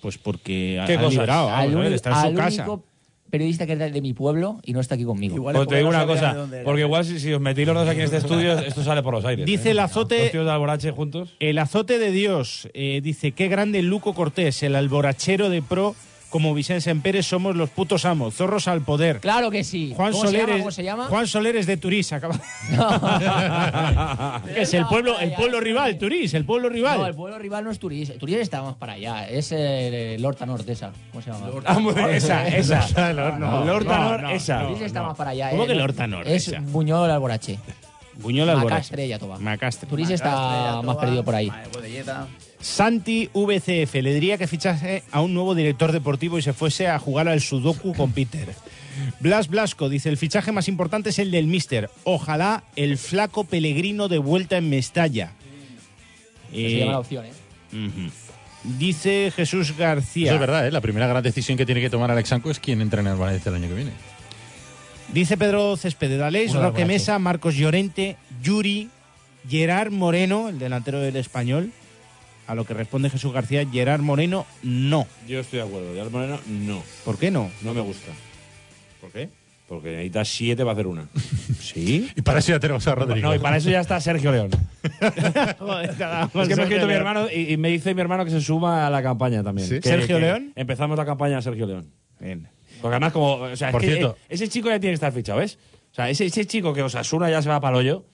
Pues porque ha, ¿Qué ha cosas? liberado, vamos al a ver, único- está en al su casa. único periodista que es de, de mi pueblo y no está aquí conmigo. Igual- Vale, Pues porque te digo no una sabría cosa, de dónde era. porque igual si, si os metí los dos aquí en este estudio, esto sale por los aires. Dice ¿eh? el Dos azote, tíos de Alborache juntos. el azote de Dios. eh, dice, qué grande Luco Cortés, el alborachero de pro, como Vicente Pérez somos los putos amos, zorros al poder. Claro que sí. Juan ¿Cómo, Soler se llama? es- ¿Cómo se llama? Juan Soler es de Turís, acaba- Pero que (laughs) es el pueblo, el pueblo rival, Turís, el pueblo rival. No, el pueblo rival no es Turís. Turís está más para allá. Es eh, Lorta Norte, esa. ¿Cómo se llama? Ah, (laughs) esa, esa. no, Lortanor, no, esa. Turís está más para allá. ¿Cómo eh, que no- Lorta Norte, Es esa? Buñol Alborache. Buñol Macastre Alborán. y Atoba. Macastre. Turís está más perdido por ahí. Santi VCF le diría que fichase a un nuevo director deportivo y se fuese a jugar al Sudoku con Peter. Blas Blasco dice, el fichaje más importante es el del Mister. Ojalá el flaco Pellegrino de vuelta en Mestalla. Se Eh, llama la opción, ¿eh? ujú. Dice Jesús García. Eso es verdad, ¿eh? La primera gran decisión que tiene que tomar Alex Sanco es quién entrena al Valencia el año que viene. Dice Pedro Céspedes, Aleix, Uno de Roque borracho. Mesa, Marcos Llorente, Yuri, Gerard Moreno, el delantero del español. A lo que responde Jesús García, Gerard Moreno, no. Yo estoy de acuerdo. Gerard Moreno, no. ¿Por qué no? No me gusta. ¿Por qué? Porque necesitas siete para hacer (laughs) una. Sí. Y para eso ya tenemos a Rodrigo. Pues No, y para eso ya está Sergio León. Es que me ha escrito mi León. hermano y, y me dice mi hermano que se suma a la campaña también. ¿Sí? Que- ¿Sergio que León? Empezamos la campaña a Sergio León. Porque además, como. O sea, es Por que, cierto. eh, ese chico ya tiene que estar fichado, ¿ves? O sea, ese, ese chico que Osasuna ya se va para el hoyo.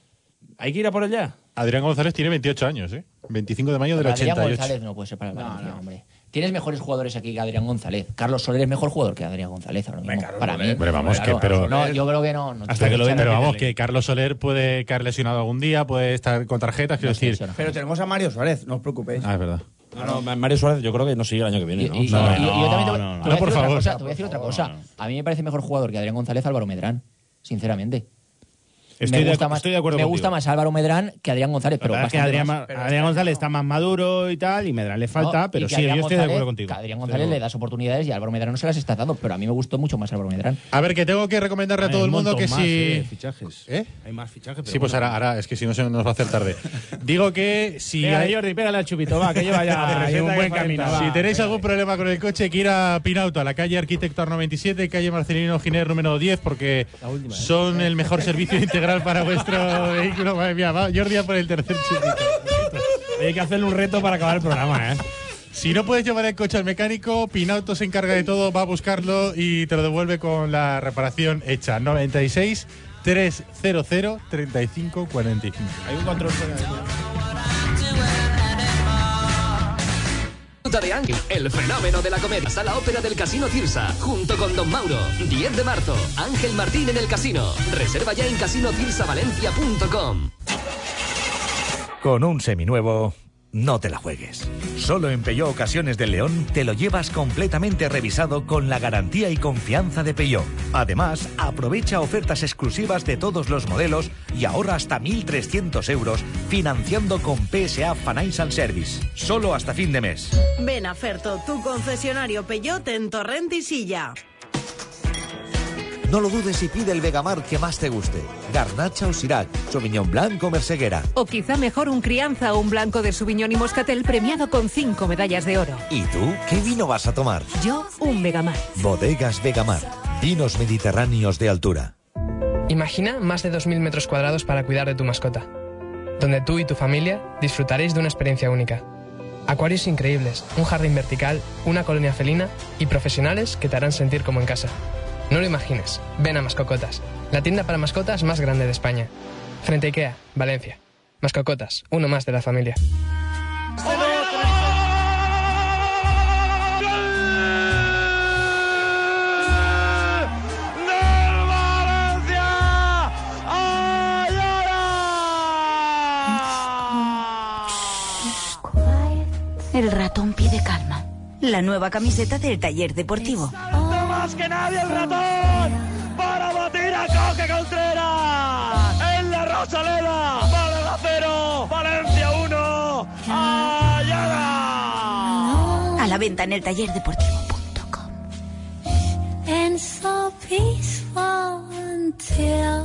Hay que ir a por él ya. Adrián González tiene 28 años, ¿eh? 25 de mayo del Adrián 88. González no puede ser para el Valencia, hombre. Tienes mejores jugadores aquí que Adrián González. Carlos Soler es mejor jugador que Adrián González ahora mismo. para mí. Hombre, vamos, que- pero- no, yo creo que no. no Hasta que lo vendan. Pero vamos, que Carlos Soler puede caer lesionado algún día, puede estar con tarjetas, quiero No se decir. lesiona. Pero tenemos a Mario Suárez, no os preocupéis. Ah, es verdad. No, no, Mario Suárez yo creo que no sigue el año que Y- viene, y- ¿no? y- y- yo No, también te voy- te no, no. voy a No, por decir otra favor. cosa, Te voy a decir otra cosa. A mí me parece mejor jugador que Adrián González Álvaro Medrán. Sinceramente. Estoy, me de, gusta acu- más, estoy de acuerdo Me contigo. gusta más Álvaro Medrán que Adrián González, Pero pero que bastante Adrián, más. Ma- Adrián González está más maduro y tal, y Medrán le falta, No, pero y que sí, yo Adrián estoy de González- acuerdo contigo. que A Adrián Estoy de González le acuerdo. das oportunidades y a Álvaro Medrán no se las está dando, pero a mí me gustó mucho más Álvaro Medrán. A ver, que tengo que recomendarle a todo Hay el un mundo montón que más, eh, si. fichajes. ¿Eh? Hay más fichajes, pero Sí, pues bueno. ahora, ahora, es que si no se nos va a hacer tarde. Digo que si. Pégale, hay- Jordi, pégale al chupito, va, (laughs) que lleva (laughs) ya ahí un buen camino. va. Si tenéis algún problema con el coche, que ir a Pinauto, a la calle Arquitecto 97, calle Marcelino Giner número 10, porque ¿eh? son el mejor servicio integral para (laughs) vuestro vehículo. Madre mía, va Jordi a por el tercer chupito. Hay que hacerle un reto para acabar el programa, ¿eh? Si no puedes llevar el coche al mecánico, Pinauto se encarga de todo, va a buscarlo y te lo devuelve con la reparación hecha. 96 300 3545. Hay un control fuera de- Ruta de Ang, el fenómeno de la comedia. Sala Ópera del Casino Cirsa, junto con Don Mauro. 10 de marzo, Ángel Martín en el casino. Reserva ya en casinocirsavalencia.com. Con un seminuevo, no te la juegues. Solo en Peugeot Ocasiones del León te lo llevas completamente revisado con la garantía y confianza de Peugeot. Además, aprovecha ofertas exclusivas de todos los modelos y ahorra hasta 1.300 euros financiando con PSA Financial Service. Solo hasta fin de mes. Ven a Ferto, tu concesionario Peyote en Torrent y Silla. No lo dudes y pide el Vegamar que más te guste. Garnacha o Sirac, Sauvignon Blanco o Merceguera. O quizá mejor un crianza o un blanco de Sauvignon y Moscatel premiado con cinco medallas de oro. ¿Y tú qué vino vas a tomar? Yo, un Vegamar. Bodegas Vegamar, vinos mediterráneos de altura. Imagina más de 2.000 metros cuadrados para cuidar de tu mascota, donde tú y tu familia disfrutaréis de una experiencia única. Acuarios increíbles, un jardín vertical, una colonia felina y profesionales que te harán sentir como en casa. No lo imagines, ven a Mascocotas, la tienda para mascotas más grande de España. Frente a Ikea, Valencia. Mascocotas, uno más de la familia. El ratón pide calma. La nueva camiseta del taller deportivo. ¡Salta más que nadie el ratón! ¡Para batir a Coque Contreras! ¡En la Rosaleda! ¡Para la cero! ¡Valencia 1! ¡Ayala! A la venta en el taller deportivo. And so peaceful until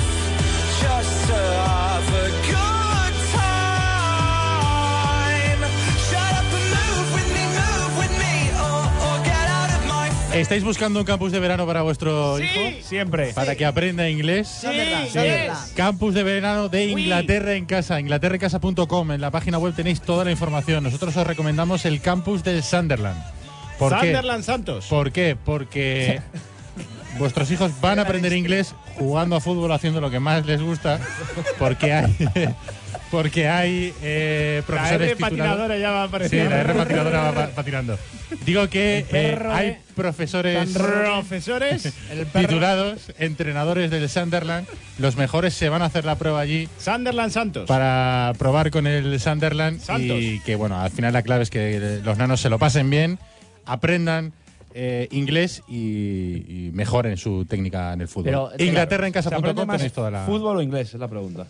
just to have a good time? Shut up and move with me, move with me, or, or get out of my ¿Estáis buscando un campus de verano para vuestro hijo? Siempre. Para que aprenda inglés. Sí, Es verdad, es verdad. Campus de verano de Inglaterra en casa, inglaterraencasa.com. En la página web tenéis toda la información. Nosotros os recomendamos el campus del Sunderland. ¿Por qué? Sunderland Santos. ¿Por qué? (laughs) Porque vuestros hijos van a aprender inglés jugando a fútbol, haciendo lo que más les gusta, porque hay, (laughs) porque hay eh, profesores R titulados- patinadora ya va apareciendo. Sí, la R patinadora va pa- patinando. Digo que eh, perro, hay eh. profesores Tan profesores. (laughs) El perro. titulados, entrenadores del Sunderland. Los mejores se van a hacer la prueba allí Sunderland Santos. para probar con el Sunderland Santos. y que bueno, al final la clave es que los nanos se lo pasen bien, aprendan eh, inglés y, y mejoren su técnica en el fútbol. Pero, Inglaterra en ¿se aprende casa.com más tenéis toda la ¿Fútbol o inglés? Es la pregunta.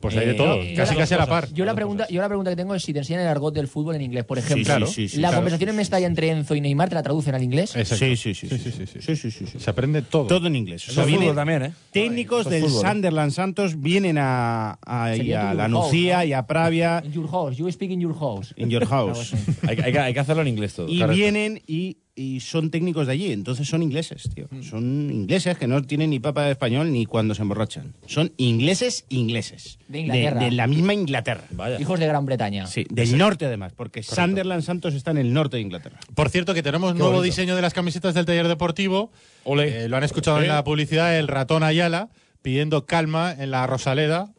pues hay de Eh, todo, yo casi las casi a la dos par. cosas. Yo la, pregunta, yo la pregunta que tengo es si te enseñan el argot del fútbol en inglés, por ejemplo. claro. sí, sí, la claro. conversación en Mestalla entre Enzo y Neymar te la traducen al inglés. Exacto. Sí, sí, sí. Se aprende todo. Todo en inglés. O sea, fútbol vienen también, ¿eh? Técnicos Eso es del fútbol. Sunderland Santos vienen a, a, y Sería a tu la house, Nucía ¿no? Ah, y a Pravia, In your house, you speak in your house. (laughs) in your house. Hay, hay que- hay que hacerlo en inglés todo. y Correcto. vienen y y son técnicos de allí, entonces son ingleses, tío. Mm. Son ingleses que no tienen ni papa de español ni cuando se emborrachan. Son ingleses, ingleses. De Inglaterra. De, la misma Inglaterra. Hijos de Gran Bretaña. Sí, del norte además, porque Sunderland Santos está en el norte de Inglaterra. Por cierto, que tenemos Qué nuevo bonito. diseño de las camisetas del taller deportivo. Eh, lo han escuchado en Ole. la publicidad el ratón Ayala pidiendo calma en la Rosaleda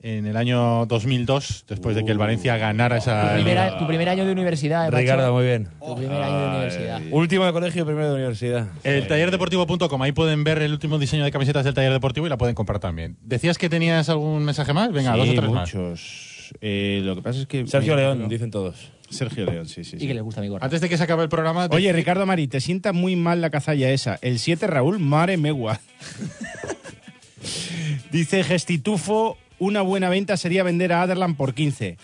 en el año 2002, después Uh. de que el Valencia ganara esa... Primera- tu primer año de universidad. eh, macho. Ah, Ricardo, muy bien. Tu primer año de universidad. Último de colegio, primero de universidad. El tallerdeportivo.com, ahí pueden ver el último diseño de camisetas del taller deportivo y la pueden comprar también. ¿Decías que tenías algún mensaje más? Venga, Sí, Ah, dos o tres más. muchos. Eh, lo que pasa es que... Sergio León, dicen todos. Sergio León, sí, sí. sí. gusta mi Antes de que se acabe el programa... Oye, Ricardo Mari, te sienta muy mal la cazalla esa. El 7 Raúl Mare Megua. (laughs) Dice Gestitufo, una buena venta sería vender a Aderland por 15.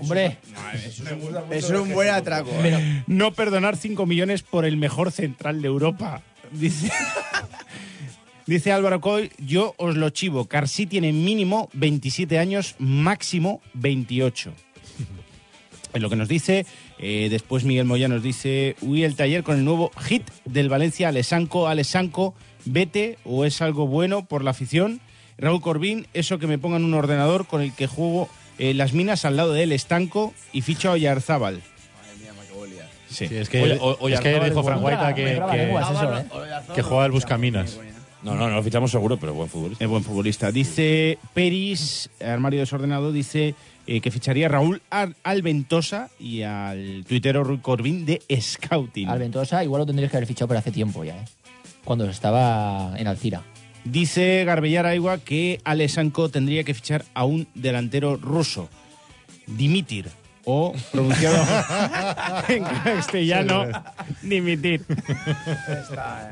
Hombre. Eso es un buen atraco. ¿eh? No perdonar 5 millones por el mejor central de Europa. Dice, dice Álvaro Coy, yo os lo chivo. Carsi tiene mínimo 27 años, máximo 28. (laughs) Es lo que nos dice. Eh, después Miguel Moya nos dice, uy, el taller con el nuevo hit del Valencia, Alessanco, Alessanco, vete o es algo bueno por la afición. Raúl Corbín, eso que me pongan un ordenador con el que juego eh, las minas al lado del estanco y ficho a Oyarzábal. Sí. es que, Oye, o- es que Oyarzabal dijo es Frank bueno. Guaita que, Me traba que- lenguas eso, ¿eh? que juega al Buscaminas. No, no, no lo fichamos seguro, pero buen futbolista. Es buen futbolista. Dice Peris, armario desordenado, dice eh, que ficharía a Raúl Ar- Alventosa y al tuitero Rui Corbín de Scouting. Alventosa, igual lo tendrías que haber fichado, pero hace tiempo ya, ¿eh? Cuando estaba en Alcira. Dice Garbellar Aigua que Alessanco tendría que fichar a un delantero ruso, Dimitir, o pronunciado en castellano, Dimitir.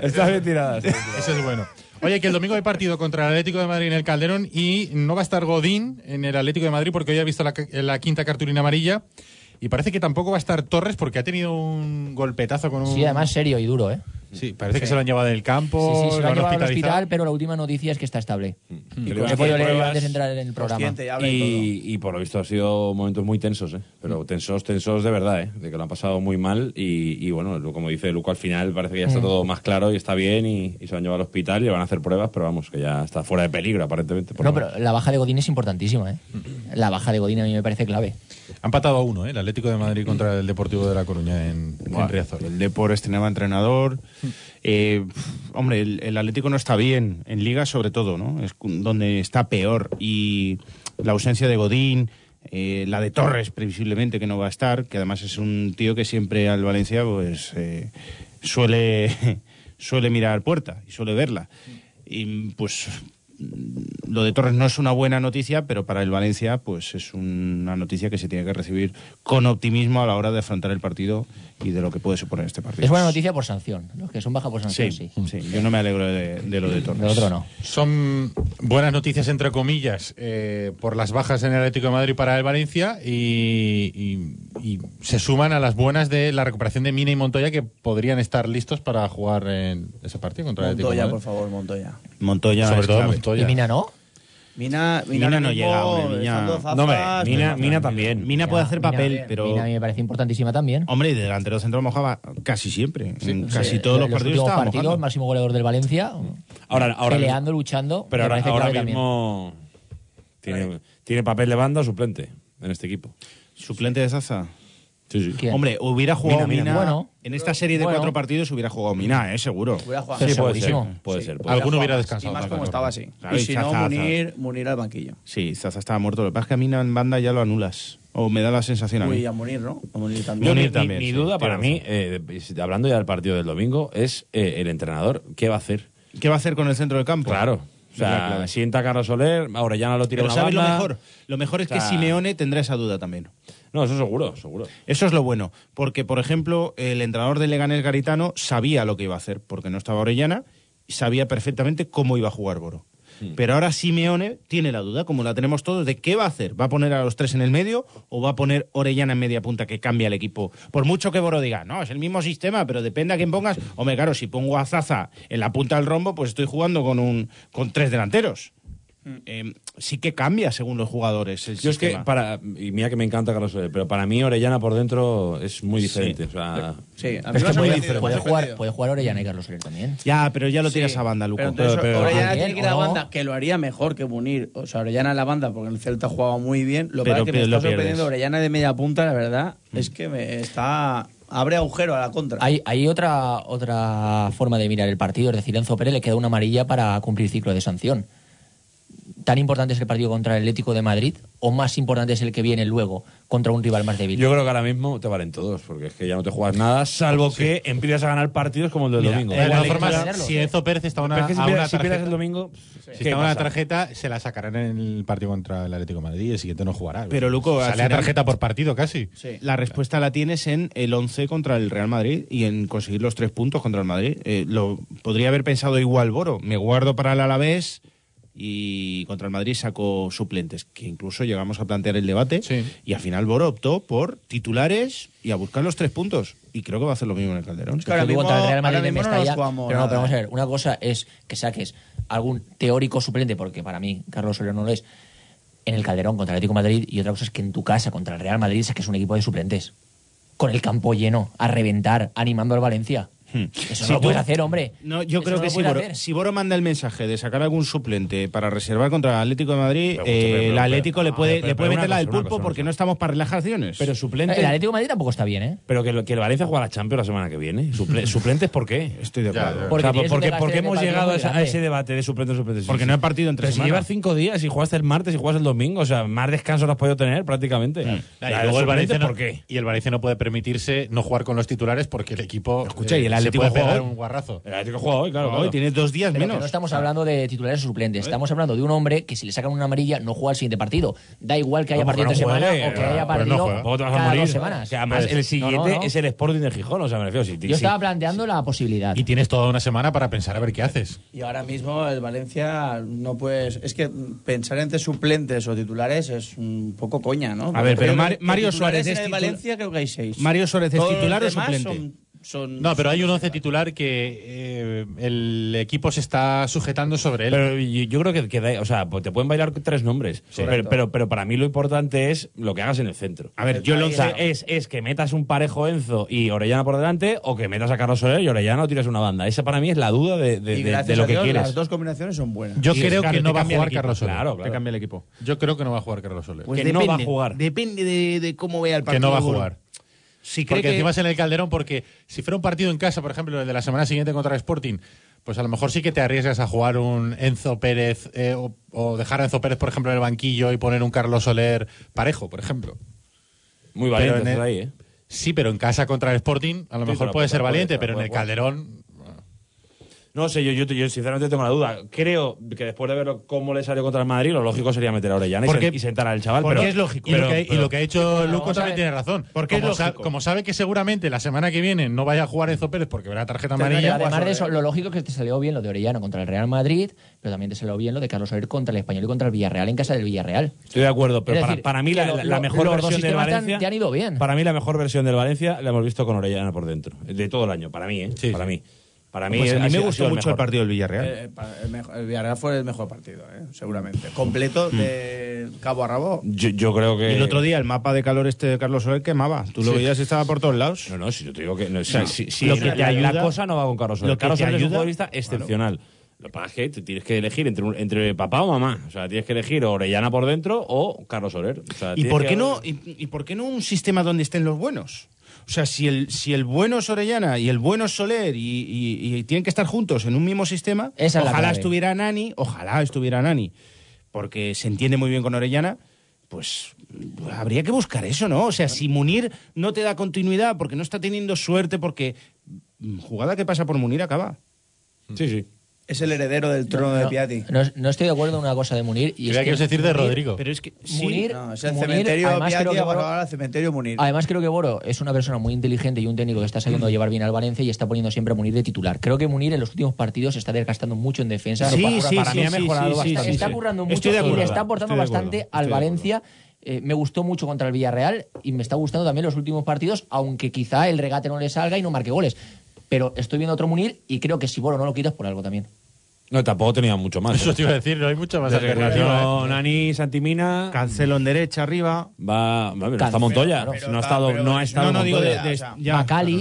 Está bien tirada. Eso es bueno. Oye, que el domingo hay partido contra el Atlético de Madrid en el Calderón y no va a estar Godín en el Atlético de Madrid porque hoy ha visto la, ca- eh, la quinta cartulina amarilla. Y parece que tampoco va a estar Torres porque ha tenido un golpetazo con un. Sí, además serio y duro, ¿eh? Sí, parece que se lo han llevado del campo. Sí, sí, se lo han llevado al hospitalizado. Mm. hospital, pero la última noticia es que está estable. Y Pero he podido leer pruebas, antes de entrar en el programa. Y, y por lo visto han sido momentos muy tensos, ¿eh? pero tensos, tensos de verdad, ¿eh? de que lo han pasado muy mal. Y, y bueno, lo- como dice Luco, al final parece que ya está Mm. todo más claro y está bien. Y, y se lo han llevado al hospital y le van a hacer pruebas, pero vamos, que ya está fuera de peligro aparentemente. por No, lo pero la baja de Godín es importantísima, ¿eh? La baja de Godín a mí me parece clave. Han patado a uno, ¿eh? el Atlético de Madrid contra el Deportivo de La Coruña en, en Buah, Riazor. El Depor estrenaba entrenador. Eh, pf, hombre, el, el Atlético no está bien, en Liga sobre todo, ¿no? Es cu- donde está peor. Y la ausencia de Godín, eh, la de Torres, previsiblemente, que no va a estar, que además es un tío que siempre al Valencia pues eh, suele, (laughs) suele mirar puerta y suele verla. Y pues lo de Torres no es una buena noticia, pero para el Valencia pues es una noticia que se tiene que recibir con optimismo a la hora de afrontar el partido y de lo que puede suponer este partido. Es buena noticia por sanción. Los que son baja por sanción, sí. Sí, yo no me alegro de, de lo de Torres. Lo otro no. Son buenas noticias, entre comillas, eh, por las bajas en el Atlético de Madrid para el Valencia y, y- y se suman a las buenas de la recuperación de Mina y Montoya que podrían estar listos para jugar en ese partido contra el Atlético de Montoya, Madrid. por favor, Montoya. Montoya Sobre es todo clave. Montoya. no? Mina, Mina, Mina ahora no mismo llega, hombre, Mina- están dos zafas, No, hombre, pero Mina- no- Mina también. Mina puede hacer papel, pero- Mina a mí me parece importantísima también. Hombre, y de delantero centro mojaba casi siempre. en Sí, eh, casi todos los, partidos últimos estaba partidos, mojando. máximo goleador del Valencia. Ahora- ahora- peleando, luchando. me Pero ahora, parece ahora clave también. mismo tiene, tiene papel de banda o suplente en este equipo. ¿Suplente de Zaza? Sí, sí. ¿Quién? Hombre, hubiera jugado Mina. Mina, Mina. Bueno. en esta serie de Bueno. cuatro partidos hubiera jugado Mina, eh, seguro. Hubiera jugado. Sí, puede ser, puede ser, puede ser. Alguno hubiera Y descansado, más claro, como estaba claro. así. Claro, y y si Zaza, no, Zaza. Munir, Munir al banquillo. Sí, Zaza estaba muerto. Lo que pasa es que a Mina en banda ya lo anulas. O me da la sensación a mí. Uy, a Munir, ¿no? A Munir también. Yo, mi, mi- mi duda para mí, eh, si- hablando ya del partido del domingo, es eh, el entrenador, ¿qué va a hacer? ¿Qué va a hacer con el centro del campo? Claro. O Es la sea, clave. sienta a Carlos Soler, ahora ya no lo tira Pero una ¿sabes lo banda. mejor? Lo mejor es O sea, que Simeone tendrá esa duda también. No, eso seguro, seguro. Eso es lo bueno, porque por ejemplo, el entrenador de Leganés Garitano sabía lo que iba a hacer, porque no estaba Orellana y sabía perfectamente cómo iba a jugar Boro. Hmm. Pero ahora Simeone tiene la duda, como la tenemos todos, de qué va a hacer. ¿Va a poner a los tres en el medio o va a poner Orellana en media punta que cambia el equipo? Por mucho que Boro diga, no, es el mismo sistema, pero depende a quién pongas. Hombre, claro, si pongo a Zaza en la punta del rombo, pues estoy jugando con, un, con tres delanteros. Hmm. eh, sí que cambia según los jugadores. el Yo es que, sistema. para, y mira que me encanta Carlos Soler, pero para mí Orellana por dentro es muy diferente. O sea, Pero es que puede, puede jugar, puede jugar Orellana y Carlos Soler también. Ya, pero ya lo tiras a banda, Pero entonces Orellana tiene que ir a ¿o no? banda, que lo haría mejor que Munir. O sea, Orellana a la banda, porque el Celta jugaba muy bien. Lo que pasa Pero es que me pi- lo está sorprendiendo pierdes. Orellana de media punta, la verdad, es que me está... Abre agujero a la contra. Hay, hay otra, otra forma de mirar el partido, es decir, Enzo Pérez le queda una amarilla para cumplir ciclo de sanción. ¿Tan importante es el partido contra el Atlético de Madrid o más importante es el que viene luego contra un rival más débil? Yo creo que ahora mismo te valen todos, porque es que ya no te juegas nada, salvo que empiezas a ganar partidos como el del Mira, domingo. De todas formas, si Enzo Pérez está a una, Pero es que si a pierdes- una si pierdes tarjeta, el domingo, si ¿qué está a una pasa? tarjeta, se la sacarán en el partido contra el Atlético de Madrid y el siguiente no jugará. Pero, Luco, al sale a final- tarjeta por partido casi. La respuesta la tienes en el 11 contra el Real Madrid y en conseguir los tres puntos contra el Madrid. Eh, lo podría haber pensado igual Boro. Me guardo para el Alavés y contra el Madrid saco suplentes, que incluso llegamos a plantear el debate. Y al final Boro optó por titulares y a buscar los tres puntos. Y creo que va a hacer lo mismo en el Calderón. Es que el fútbol contra el Real Madrid en Mestalla- pero no, pero vamos a ver, una cosa es que saques algún teórico suplente, porque para mí Carlos Soler no lo es, en el Calderón contra el Atlético de Madrid, y otra cosa es que en tu casa contra el Real Madrid saques un equipo de suplentes, con el campo lleno, a reventar, animando al Valencia. Eso Hmm. Si no lo tú- puedes hacer, hombre. No, yo Eso creo no que lo si puedes Boro, hacer. si Boro manda el mensaje de sacar algún suplente para reservar contra el Atlético de Madrid, Pero, pero, eh, pero, el pero, Atlético pero, le puede, pero, le pero puede una meter la cosa, del una pulpo cosa, porque no estamos para relajaciones. Pero suplente. El Atlético de Madrid tampoco está bien, ¿eh? Pero que, lo- que el Valencia juega la Champions la semana que viene. (laughs) Suple- ¿Suplentes por qué? Estoy de acuerdo. Porque, Porque tienes un porque, desgaste porque de hemos partido llegado a, muy esa- a grande. ese debate de suplentes, suplentes. Porque no hay partido entre Pero si semana. llevas cinco días y jugaste el martes y jugaste el domingo, o sea, más descanso no has podido tener prácticamente. La de Ah, y luego el suplentes, Valencia no, ¿por qué? y el Valencia no puede permitirse no jugar con los titulares porque el equipo eh, Escucha, y el se Atlético puede juega pegar hoy. un guarrazo. El Atlético juega hoy, claro. Hoy tiene dos días Pero que menos. no estamos hablando de titulares o suplentes, estamos hablando de un hombre que si le sacan una amarilla no juega el siguiente partido. Da igual que haya partido entre semana o que haya partido cada dos semanas. Que además, Pues, el siguiente no, no, no. es el Sporting de Gijón, o sea, me refiero. Si, Yo estaba planteando la posibilidad. Y tienes toda una semana para pensar a ver qué haces. Y ahora mismo el Valencia no puedes... Es que pensar entre suplentes o titulares es un poco coña, ¿no? A ver, pero Creo Mar- que Mario titulares Suárez en es el titula- Valencia creo que hay seis. Mario Suárez es Todos los titular o demás suplente. son- son- No, pero hay un once titular que eh, el equipo se está sujetando sobre él. Pero yo, yo creo que, que da- o sea, pues te pueden bailar tres nombres. Pero, pero, pero para mí lo importante es lo que hagas en el centro. A ver, yo el lo once- es, es que metas un parejo Enzo y Orellana por delante o que metas a Carlos Soler y Orellana o tires una banda. Esa para mí es la duda de, de- y de- gracias de lo a que Dios, quieres. las dos combinaciones son buenas. Yo creo claro, que te no va a cambia el jugar equipo, Carlos Soler. claro, claro. Te cambia el equipo. Yo creo que no va a jugar Carlos Soler. Pues que no va a depende, jugar. Depende de, de cómo vea el que partido. no va a Boro. jugar. Si cree porque que- encima es en el Calderón, porque si fuera un partido en casa, por ejemplo, el de la semana siguiente contra el Sporting, pues a lo mejor sí que te arriesgas a jugar un Enzo Pérez eh, o, o dejar a Enzo Pérez, por ejemplo, en el banquillo y poner un Carlos Soler parejo, por ejemplo. Muy valiente Pero en estás el- ahí, ¿eh? Sí, pero en casa contra el Sporting a lo Sí, mejor pero puede ser puede- valiente, puede- pero en puede el jugar. Calderón No sé, yo, yo, yo sinceramente tengo la duda. Creo que después de ver cómo le salió contra el Madrid, lo lógico sería meter a Orellana y, Porque- sen- y sentar al chaval. Porque pero, es lógico. Y, pero- lo, que, y pero- lo que ha hecho Luco vamos a también ver. tiene razón. Porque es como, sa- lógico. como sabe que seguramente la semana que viene no vaya a jugar Enzo Pérez porque verá tarjeta Pero amarilla. además de eso, lo lógico es que te salió bien lo de Orellano contra el Real Madrid, pero también te salió bien lo de Carlos Soler contra el Español y contra el Villarreal en casa del Villarreal. Estoy de acuerdo, pero Es para, decir, para mí que la, lo- la- la lo- mejor los versión del sistemas te han- Valencia. te han ido bien. Para mí la mejor versión del Valencia la hemos visto con Orellana por dentro. De todo el año, para mí, ¿eh? para mí. Para mí, Pues a ha mí me sido- ha gustó sido mucho el mejor. partido del Villarreal. Eh, pa- el, mejor- el Villarreal fue el mejor partido, ¿eh? seguramente. Mm. Completo de cabo a rabo. Yo, yo creo que. Y el otro día el mapa de calor este de Carlos Soler quemaba. Tú lo Sí. veías y estaba por todos lados. No, no, si yo te digo que. No, si- No. si- si- Lo si- que te la, la ayuda- cosa no va con Carlos Soler. lo que Carlos te Soler es un ayuda- futbolista excepcional. Lo que pasa es que te tienes que elegir entre, un- entre papá o mamá. O sea, tienes que elegir Orellana por dentro o Carlos Soler. O sea, ¿Y tienes por, que- qué no, y, y por qué no un sistema donde estén los buenos? O sea, si el, si el bueno es Orellana y el bueno es Soler y, y- y tienen que estar juntos en un mismo sistema, Esa es la ojalá clave. estuviera Nani, ojalá estuviera Nani, porque se entiende muy bien con Orellana, pues mm, habría que buscar eso, ¿no? O sea, si Munir no te da continuidad porque no está teniendo suerte, porque mm, jugada que pasa por Munir acaba. Sí, sí. Es el heredero del trono de No, Piatti. No, no estoy de acuerdo en una cosa de Munir. Y es que Munir- Pero es que Munir- No, es el Munir, cementerio además, creo Piatti que ha Boro- pasado ahora al cementerio Munir. Además, creo que Boro es una persona muy inteligente y un técnico que está sabiendo llevar bien al Valencia y está poniendo siempre a Munir de titular. Creo que Munir en los últimos partidos se está desgastando mucho en defensa. Sí, Para- sí, para sí, mí ha sí, mejorado sí, sí, bastante. sí, Está sí. currando mucho Estoy de y acuerdo. le está aportando Estoy de acuerdo, bastante estoy al de acuerdo. Valencia. Eh, me gustó mucho contra el Villarreal y me está gustando también los últimos partidos, aunque quizá el regate no le salga y no marque goles. Pero estoy viendo otro Munir y creo que si Boro no lo quitas por algo también. No, tampoco tenía mucho más. (laughs) ¿eh? Eso te iba a decir, no hay mucho más alternativa. alternativa. Nani, Santimina. Cancelo en derecha, arriba. Va, va, pero no está Montoya. no ha estado, no ha estado Montoya.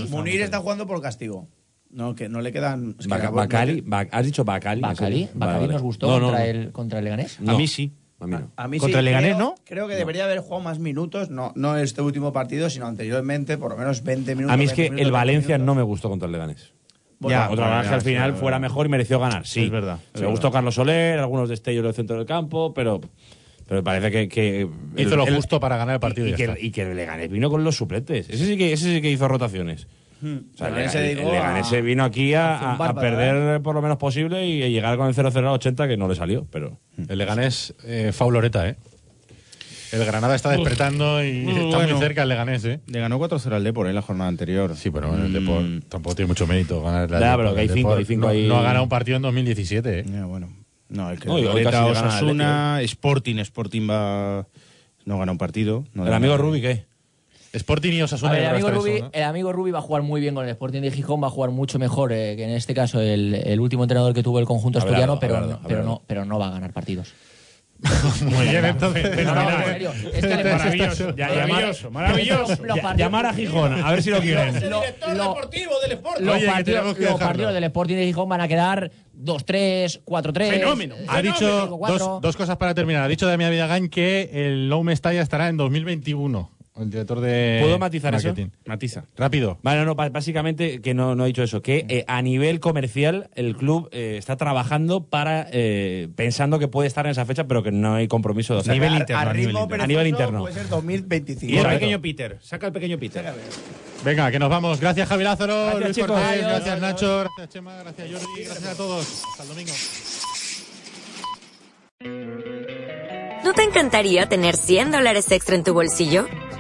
Munir está jugando por castigo. No, que no le quedan. es que Baca- acabó- Bacali, Bac- ¿Has dicho Bacali? Bacali, Sí. Bacali Vale, vale. nos gustó No, no, contra, no. El, contra el Leganés. No. A mí no. A mí sí, Contra el Leganés, creo- ¿no? Creo que debería haber jugado más minutos, no, no este último partido, sino anteriormente, por lo menos 20 minutos. A mí es que 20 minutos, el 20 Valencia minutos. no me gustó contra el Leganés. Bueno, Bueno, otra bueno, vez que ya, al sí, final bueno. fuera mejor y mereció ganar, sí. Es verdad, es Le verdad. gustó Carlos Soler, algunos destellos del centro del campo, pero, pero parece que. que Hizo lo justo para ganar ¿eh? el partido. Y, y ya que, está. y que el Leganés vino con los suplentes. Ese sí que, ese sí que hizo rotaciones. O sea, el Hmm. Leganés Leganés, se dedicó el Leganés a- se vino aquí a, a zumbar a- a para perder por lo menos posible y a llegar con el 0-0 al 80, que no le salió, pero. Hmm. El Leganés, eh, Fauloreta, ¿eh? El Granada está despertando y Mm, está bueno. muy cerca el Leganés, ¿eh? Le ganó 4-0 al Depor en la jornada anterior. Mm, Sí, pero el Depor tampoco tiene mucho mérito ganar la Mm. Ya, pero que hay el cinco, Depor hay cinco no, ahí. no ha ganado un partido en 2017, ¿eh? bueno. No, el que No, y hoy Loreta, casi le gana al Osasuna, Sporting, Sporting va... No gana un partido. no ¿El gana amigo nada. Rubi qué? Sporting y Osasuna. A ver, el, yo creo amigo que está Rubi, eso, ¿no? el amigo Rubi va a jugar muy bien con el Sporting de Gijón, va a jugar mucho mejor eh, que en este caso el, el último entrenador que tuvo el conjunto Abelardo, asturiano, pero, Abelardo, pero, Abelardo. No, pero no va a ganar partidos. Muy bien, (laughs) entonces. No, no, en serio, es que le- Maravilloso, ya- Maravilloso, llamar- maravilloso. Los partidos- Llamar a Gijón, (laughs) a ver si lo quieren. Lo- lo- deportivo del Sporting. los Oye, que partidos, tenemos que los dejarlo. partidos del Sporting de Gijón van a quedar 2-3, 4-3. Fenómeno. eh, Ha dicho 5-4. dos, dos cosas para terminar. Ha dicho Damián Vidagán que el Nou Mestalla estará en 2021. El director de ¿Puedo matizar eso? Eh, marketing. Matiza. Rápido. Bueno, no, ba- básicamente que no, no he dicho eso, que Hmm. eh, a nivel comercial el club eh, está trabajando para eh, pensando que puede estar en esa fecha, pero que no hay compromiso de O sea, hacerlo. nivel a- a interno, a ritmo nivel interno. perezoso A nivel interno. Puede ser 2025. Y el Correcto. pequeño Peter. Saca el pequeño Peter. Venga, que nos vamos. Gracias, Javi Lázaro, Gracias, Luis chicos. Cortés, Adiós. gracias, Nacho, gracias, Chema, gracias, Jordi, gracias a todos. Hasta el domingo. ¿No te encantaría tener 100 dólares extra en tu bolsillo?